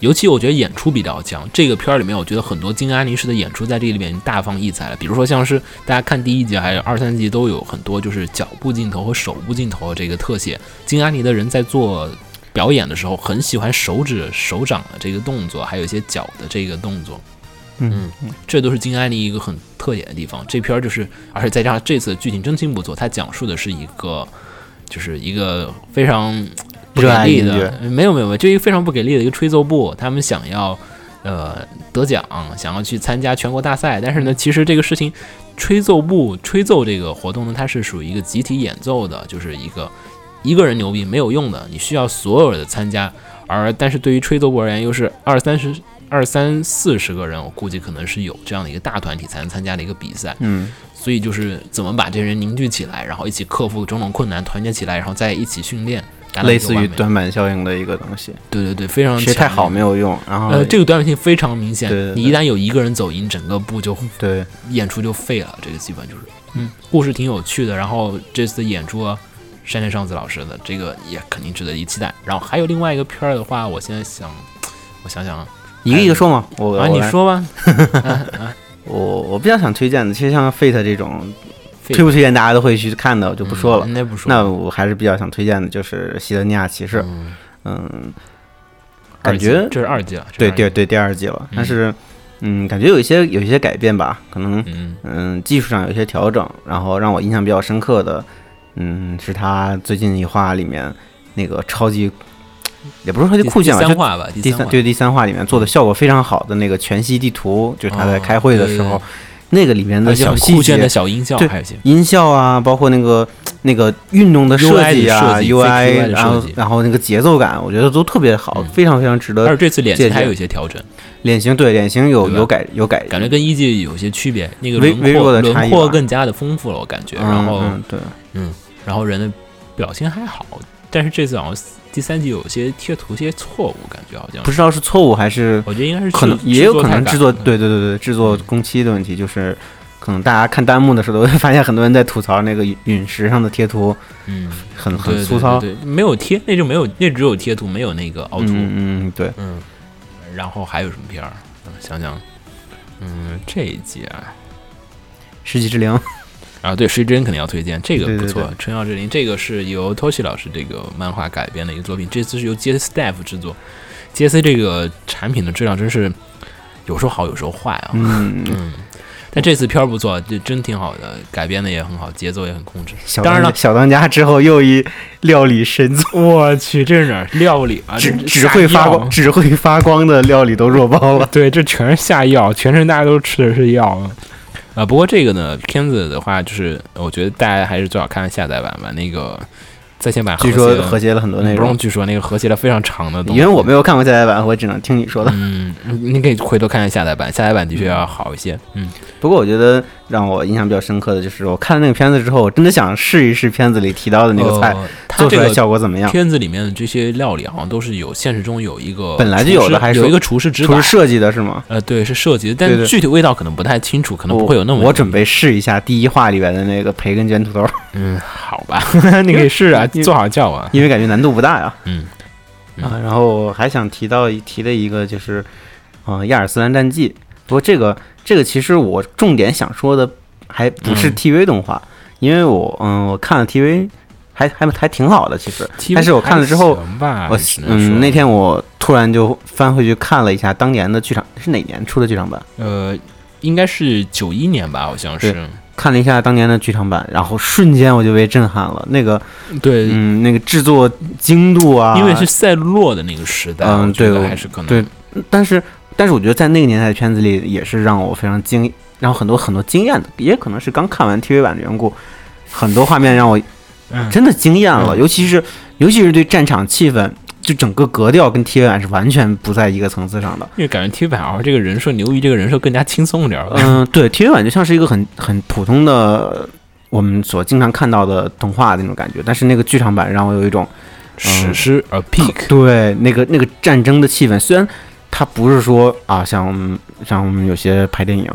Speaker 2: 尤其我觉得演出比较强，这个片儿里面，我觉得很多金安妮式的演出在这里面大放异彩了。比如说，像是大家看第一集还有二三集都有很多就是脚步镜头和手部镜头这个特写。金安妮的人在做表演的时候，很喜欢手指、手掌的这个动作，还有一些脚的这个动作。
Speaker 3: 嗯
Speaker 2: 这都是金安妮一个很特点的地方。这片儿就是，而且再加上这次的剧情真心不错，它讲述的是一个，就是一个非常不给
Speaker 3: 热爱
Speaker 2: 力
Speaker 3: 音乐
Speaker 2: 的，没有没有没有，就一个非常不给力的一个吹奏部，他们想要呃得奖，想要去参加全国大赛，但是
Speaker 3: 嗯
Speaker 2: 呢，其实这个事情，吹奏部吹奏这个活动呢，它是属于一个集体演奏的，就是一个一个人牛逼没有用的，你需要所有的参加。而但是对于吹奏部而言，又是二三十二三四十个人，我估计可能是有这样的一个大团体才能参加的一个比赛。
Speaker 3: 嗯，
Speaker 2: 所以就是怎么把这些人凝聚起来，然后一起克服种种困难，团结起来，然后在一起训练，达到一
Speaker 3: 类
Speaker 2: 个
Speaker 3: 似
Speaker 2: 完
Speaker 3: 于
Speaker 2: 美
Speaker 3: 短板效应的一个东西，
Speaker 2: 对对对，非常
Speaker 3: 学
Speaker 2: 强
Speaker 3: 太好没有用，然后
Speaker 2: 呃，这个短板性非常明显，
Speaker 3: 对对对
Speaker 2: 你一旦有一个人走音，整个部就
Speaker 3: 对
Speaker 2: 演出就废了，这个基本就是，嗯，故事挺有趣的，然后这次的演出、啊，山田尚子老师的这个也肯定值得一期待。然后还有另外一个片儿的话，我现在想，我想想啊，
Speaker 3: 一个一个说嘛，我
Speaker 2: 啊，
Speaker 3: 我
Speaker 2: 你
Speaker 3: 来
Speaker 2: 说吧，
Speaker 3: 我我比较想推荐的，其实像 Fate 这种
Speaker 2: Fate
Speaker 3: 推不推荐大家都会去看的，我就不说了。
Speaker 2: 嗯那不说
Speaker 3: 那
Speaker 2: 了
Speaker 3: 我还是比较想推荐的，就是《西德尼亚骑士》。
Speaker 2: 嗯
Speaker 3: 嗯，
Speaker 2: 二
Speaker 3: 感
Speaker 2: 季
Speaker 3: 觉
Speaker 2: 这是二季了，这
Speaker 3: 对
Speaker 2: 是
Speaker 3: 对
Speaker 2: 二季，
Speaker 3: 对，第二季了，
Speaker 2: 嗯
Speaker 3: 但是嗯，感觉有一些有一些改变吧，可能
Speaker 2: 嗯
Speaker 3: 嗯技术上有一些调整，然后让我印象比较深刻的，嗯，是他最近一话里面那个超级也不是说
Speaker 2: 第
Speaker 3: 就酷炫吧，
Speaker 2: 第
Speaker 3: 就
Speaker 2: 三话吧，第
Speaker 3: 第
Speaker 2: 三话
Speaker 3: 对第三话里面做的效果非常好的那个全息地图，就是他在
Speaker 2: 哦
Speaker 3: 开会的
Speaker 2: 对
Speaker 3: 时
Speaker 2: 对
Speaker 3: 候，
Speaker 2: 对
Speaker 3: 那个里面
Speaker 2: 还有
Speaker 3: 的小
Speaker 2: 很
Speaker 3: 细
Speaker 2: 酷炫
Speaker 3: 节
Speaker 2: 的、小音效，
Speaker 3: 对
Speaker 2: 还有一些
Speaker 3: 音效啊，包括那个那个运动的设
Speaker 2: UI
Speaker 3: 计啊
Speaker 2: 的设计 ZQI 的
Speaker 3: 然后
Speaker 2: 设计
Speaker 3: 然后那个节奏感，我觉得都特别好，
Speaker 2: 嗯
Speaker 3: 非常非常值
Speaker 2: 但
Speaker 3: 得
Speaker 2: 是。这次脸
Speaker 3: 借
Speaker 2: 型还
Speaker 3: 鉴
Speaker 2: 有一些调整，
Speaker 3: 脸型对脸型有
Speaker 2: 对吧
Speaker 3: 有改有改，嗯
Speaker 2: 感觉跟一季有些区别，那个
Speaker 3: 微
Speaker 2: 轮
Speaker 3: 微弱
Speaker 2: 廓
Speaker 3: 的差
Speaker 2: 轮
Speaker 3: 异
Speaker 2: 廓
Speaker 3: 吧
Speaker 2: 更加的丰富了，我感觉。
Speaker 3: 嗯
Speaker 2: 然后
Speaker 3: 嗯对，
Speaker 2: 然后人的表情还好，但是这次好像第三季有些贴图一些错误，感觉好像
Speaker 3: 不知道是错误还是
Speaker 2: 我觉得应该是
Speaker 3: 可能
Speaker 2: 制
Speaker 3: 也有可能
Speaker 2: 太
Speaker 3: 制作
Speaker 2: 赶了
Speaker 3: 对对对对制作工期的问题，就是可能大家看弹幕的时候都会发现很多人在吐槽那个陨陨石上的贴图
Speaker 2: 嗯
Speaker 3: 很
Speaker 2: 对
Speaker 3: 很
Speaker 2: 对
Speaker 3: 粗糙。
Speaker 2: 对对没有贴那就没有那只有贴图没有那个凹凸
Speaker 3: 嗯嗯对，
Speaker 2: 嗯，然后还有什么片儿？嗯想想，嗯，这一季啊，
Speaker 3: 世纪之灵，
Speaker 2: 啊，对，水之恩肯定要推荐，这个
Speaker 3: 对
Speaker 2: 不
Speaker 3: 对
Speaker 2: 错。
Speaker 3: 对
Speaker 2: 春药之灵这个是由 Toshi 老师这个漫画改编的一个作品，这次是由
Speaker 3: 嗯
Speaker 2: JC Staff 制作。JC 这个产品的质量真是有时候好，有时候坏啊。
Speaker 3: 嗯，
Speaker 2: 嗯，但这次片儿不错，这真挺好的，改编的也很好，节奏也很控制。
Speaker 3: 小
Speaker 2: 当然
Speaker 3: 当
Speaker 2: 了
Speaker 3: 小当家之后又一料理神作，
Speaker 2: 我去，这是哪儿料理啊？
Speaker 3: 只只会发光，只会发光的料理都弱 爆了。
Speaker 2: 对，这全是下药，全身大家都吃的是药啊。啊，不过这个呢，片子的话，就是我觉得大家还是最好看下载版吧。那个在线版
Speaker 3: 据
Speaker 2: 和
Speaker 3: 说
Speaker 2: 谐了
Speaker 3: 和谐了很多内
Speaker 2: 嗯不用
Speaker 3: 容，
Speaker 2: 据说那个和谐了非常长的东西，
Speaker 3: 因为我没有看过下载版，我只能听你说的。
Speaker 2: 嗯，你你可以回头看看下载版，下载版的确要好一些。嗯，
Speaker 3: 不过我觉得让我印象比较深刻的就是，我看了那个片子之后，我真的想试一试片子里提到的那个菜
Speaker 2: 呃它
Speaker 3: 做出
Speaker 2: 这
Speaker 3: 来
Speaker 2: 个
Speaker 3: 效果怎么样。
Speaker 2: 片子里面的这些料理好像都是有现实中有一个
Speaker 3: 本来就
Speaker 2: 厨
Speaker 3: 有的
Speaker 2: 师
Speaker 3: 还是
Speaker 2: 有一
Speaker 3: 有
Speaker 2: 个厨师指
Speaker 3: 图
Speaker 2: 导
Speaker 3: 是，设计的是吗？
Speaker 2: 呃，对，是设计的，但
Speaker 3: 对
Speaker 2: 是
Speaker 3: 对
Speaker 2: 具体味道可能不太清楚，可能不会有那么
Speaker 3: 我准备试一下第一话里边的那个培根卷土 豆，
Speaker 2: 嗯，好吧，
Speaker 3: 你可以试 啊
Speaker 2: 做好叫啊，
Speaker 3: 因为感觉难度不大呀。
Speaker 2: 嗯嗯
Speaker 3: 啊，然后我还想提到一提的一个就是，呃，亚尔斯兰战记。不过这个这个其实我重点想说的还不是
Speaker 2: 嗯
Speaker 3: TV 动画，因为我嗯我看了 TV 还还还挺好的，其实。但是我看了之后，
Speaker 2: 行吧，
Speaker 3: 我
Speaker 2: 只能说
Speaker 3: 嗯那天我突然就翻回去看了一下当年的剧场是哪年出的剧场版，
Speaker 2: 呃，应该是九一年吧，好像是，
Speaker 3: 看了一下当年的剧场版，然后瞬间我就被震撼了。那个
Speaker 2: 对，
Speaker 3: 嗯那个制作精度啊，
Speaker 2: 因为是赛洛的那个时代，
Speaker 3: 嗯
Speaker 2: 我觉得
Speaker 3: 对
Speaker 2: 还是可能
Speaker 3: 对但是，但是我觉得在那个年代的片子里，也是让我非常惊，让我很多很多惊艳的，也可能是刚看完 TV 版的缘故，很多画面让我
Speaker 2: 嗯
Speaker 3: 真的惊艳了，
Speaker 2: 嗯
Speaker 3: 尤其是尤其是对战场气氛，就整个格调跟 TV 版是完全不在一个层次上的。
Speaker 2: 因为感觉 T 版 R 这个人设，牛一这个人设更加轻松一点儿吧。
Speaker 3: 嗯、对，TV 版就像是一个很很普通的。我们所经常看到的动画的那种感觉，但是那个剧场版让我有一种
Speaker 2: 史诗 a peak，
Speaker 3: 对，那个那个战争的气氛，虽然它不是说啊，像我们像我们有些拍电影，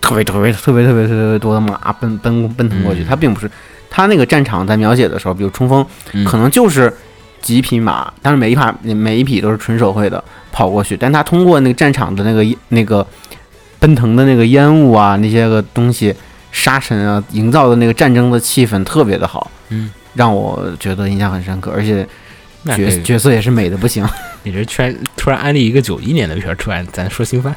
Speaker 3: 特别特别特别特别特别多的马奔奔奔腾过去，
Speaker 2: 嗯
Speaker 3: 它并不是。它那个战场在描写的时候，比如冲锋，
Speaker 2: 嗯
Speaker 3: 可能就是几匹马，但是每一匹每一匹都是纯手绘的跑过去，但它通过那个战场的那个那个奔腾的那个烟雾啊，那些个东西沙尘啊，营造的那个战争的气氛特别的好，
Speaker 2: 嗯，
Speaker 3: 让我觉得印象很深刻，而且
Speaker 2: 那
Speaker 3: 角
Speaker 2: 这
Speaker 3: 角色也是美的 不行，
Speaker 2: 你这突然突然安利一个九一年的片儿出来，咱说新番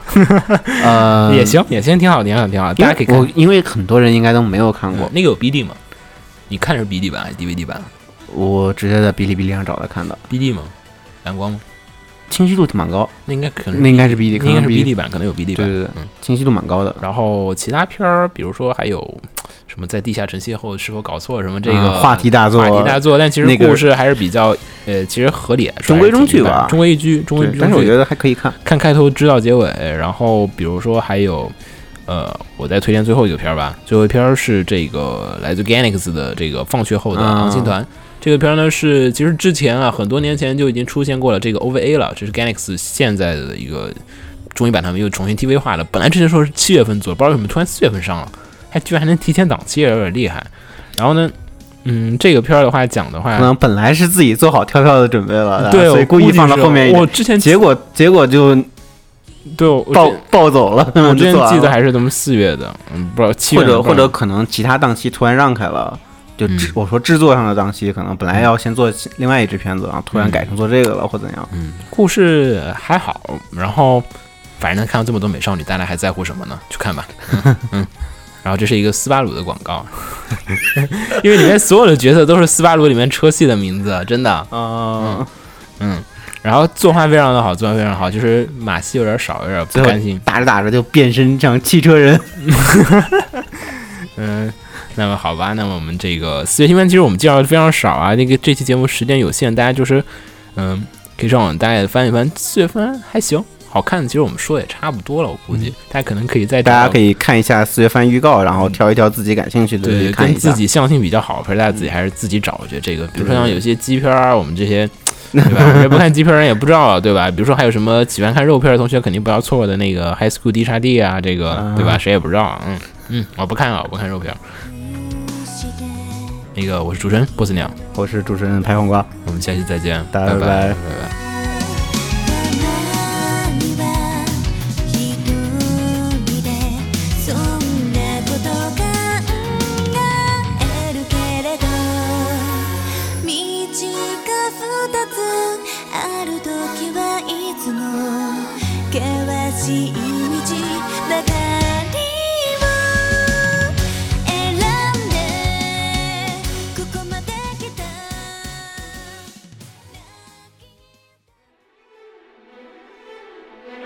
Speaker 3: 呃，
Speaker 2: 也，行，也行，挺好，挺好，挺好，
Speaker 3: 因
Speaker 2: 大家可以
Speaker 3: 为
Speaker 2: 看。
Speaker 3: 我因为很多人应该都没有看
Speaker 2: 嗯
Speaker 3: 过，
Speaker 2: 那个有 BD 吗？你看的是 BD 版还是 DVD 版
Speaker 3: 我直接在哔哩哔哩上找来看的，
Speaker 2: ？BD 吗？蓝光吗？
Speaker 3: 清晰度蛮高，
Speaker 2: 那应该可能
Speaker 3: 那应该是哔哩，
Speaker 2: 嗯应该是
Speaker 3: 可能
Speaker 2: BD 版，可能有 BD
Speaker 3: 对
Speaker 2: 版。
Speaker 3: 对对
Speaker 2: 嗯，
Speaker 3: 清晰度蛮高的。
Speaker 2: 然后其他片儿，比如说还有什么在地下城邂逅是否搞错什么这个
Speaker 3: 嗯话题大作，
Speaker 2: 话题大作，但其
Speaker 3: 那
Speaker 2: 实
Speaker 3: 个
Speaker 2: 故事还是比较呃，其实合理来说
Speaker 3: 中
Speaker 2: 还是
Speaker 3: 规中
Speaker 2: 挺
Speaker 3: 矩
Speaker 2: 一般
Speaker 3: 吧
Speaker 2: 中规一矩，中规
Speaker 3: 对
Speaker 2: 中矩。，
Speaker 3: 但是我觉得还可以看。
Speaker 2: 看开头知道结尾，然后比如说还有，呃，我再推荐最后一个片儿吧。最后一片儿是这个来自 Ganex 的这个放学后的
Speaker 3: 嗯
Speaker 2: 昂星团。这个片儿呢是其实之前啊很多年前就已经出现过了这个 OVA 了，这是 Ganex 现在的一个终于把他们又重新 TV 化了。本来之前说是七月份做，不知道为什么突然四月份上了，还居然还能提前档期，有点厉害。然后呢，嗯，这个片儿的话讲的话
Speaker 3: 可，能本来是自己做好跳票的准备了，
Speaker 2: 哎对，
Speaker 3: 呃所以
Speaker 2: 我
Speaker 3: 故意
Speaker 2: 计
Speaker 3: 放到
Speaker 2: 是
Speaker 3: 后面一
Speaker 2: 我
Speaker 3: 点，
Speaker 2: 之前
Speaker 3: 结果结果就
Speaker 2: 对我
Speaker 3: 暴暴走了。
Speaker 2: 我之前
Speaker 3: 就做完
Speaker 2: 记得
Speaker 3: 了
Speaker 2: 还是咱们四月的，嗯，不知道七月
Speaker 3: 或者
Speaker 2: 份
Speaker 3: 或者可能其他档期突然让开了。就制
Speaker 2: 嗯
Speaker 3: 我说制作上的档期，可能本来要先做另外一支片子，然后突然改成做这个了，或怎样？
Speaker 2: 嗯，故事还好，然后反正能看到这么多美少女，大家还在乎什么呢？去看吧，嗯。 嗯然后这是一个斯巴鲁的广告， 因为里面所有的角色都是斯巴鲁里面车系的名字，真的。
Speaker 3: 嗯，
Speaker 2: 嗯，然后作画非常的好，作画非常好，就是马戏有点少，有点不
Speaker 3: 最后
Speaker 2: 甘心。
Speaker 3: 打着打着就变身成汽车 人。
Speaker 2: 嗯，那么好吧，那么我们这个四月新番其实我们介绍的非常少啊，那个这期节目时间有限，大家就是嗯，可以上网大家翻一翻，四月番还行，好看。其实我们说的也差不多了，我估计、大家可能可以再
Speaker 3: 嗯大家可
Speaker 2: 以
Speaker 3: 以看一下四月番预告，然后挑一挑自己感兴趣
Speaker 2: 嗯
Speaker 3: 的
Speaker 2: 对
Speaker 3: 去看
Speaker 2: 跟
Speaker 3: 一
Speaker 2: 自
Speaker 3: 下。
Speaker 2: 己相性比较好，或者大家自己还是自己找。我觉得这个，比如说
Speaker 3: 对
Speaker 2: 像
Speaker 3: 对
Speaker 2: 有些鸡片儿，我们这 些。对吧？我们这不看鸡片儿人也不知道，对吧？比如说还有什么喜欢看肉片儿的同学，肯定不要错过的那个《High School D 叉 D》啊，这个、对吧？谁也不知道，嗯嗯，我不看啊，我不看肉片儿。那个我是主持人波斯鸟，
Speaker 3: 我是主持人拍黄瓜，
Speaker 2: 我们下期再见，
Speaker 3: 大
Speaker 2: 拜
Speaker 3: 家拜
Speaker 2: 拜
Speaker 3: 拜
Speaker 2: 拜。
Speaker 4: 「にはひとりでそんなこと考えるけれど」「道が二つあるときはいつも険しい道ばかりを選んでここまで来た」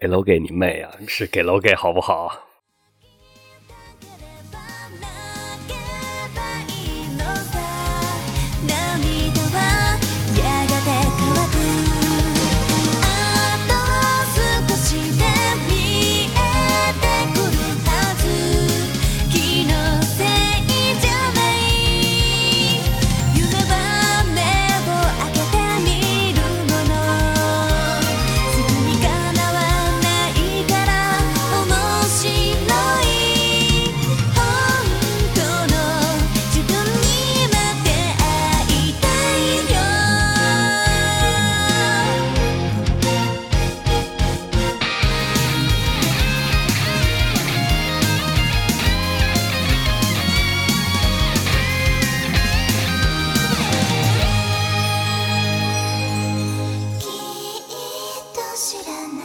Speaker 5: 给楼给你妹啊！是给楼给好不好？
Speaker 4: 「泣けばいいのさ」「涙はやがて乾く」「あと少しで見えてくるはず」「気のせいじゃない」「夢は目を開けてみるもの」「すぐに叶わないから面白い」「本当の自分にまで会いたいよ」きっと知らない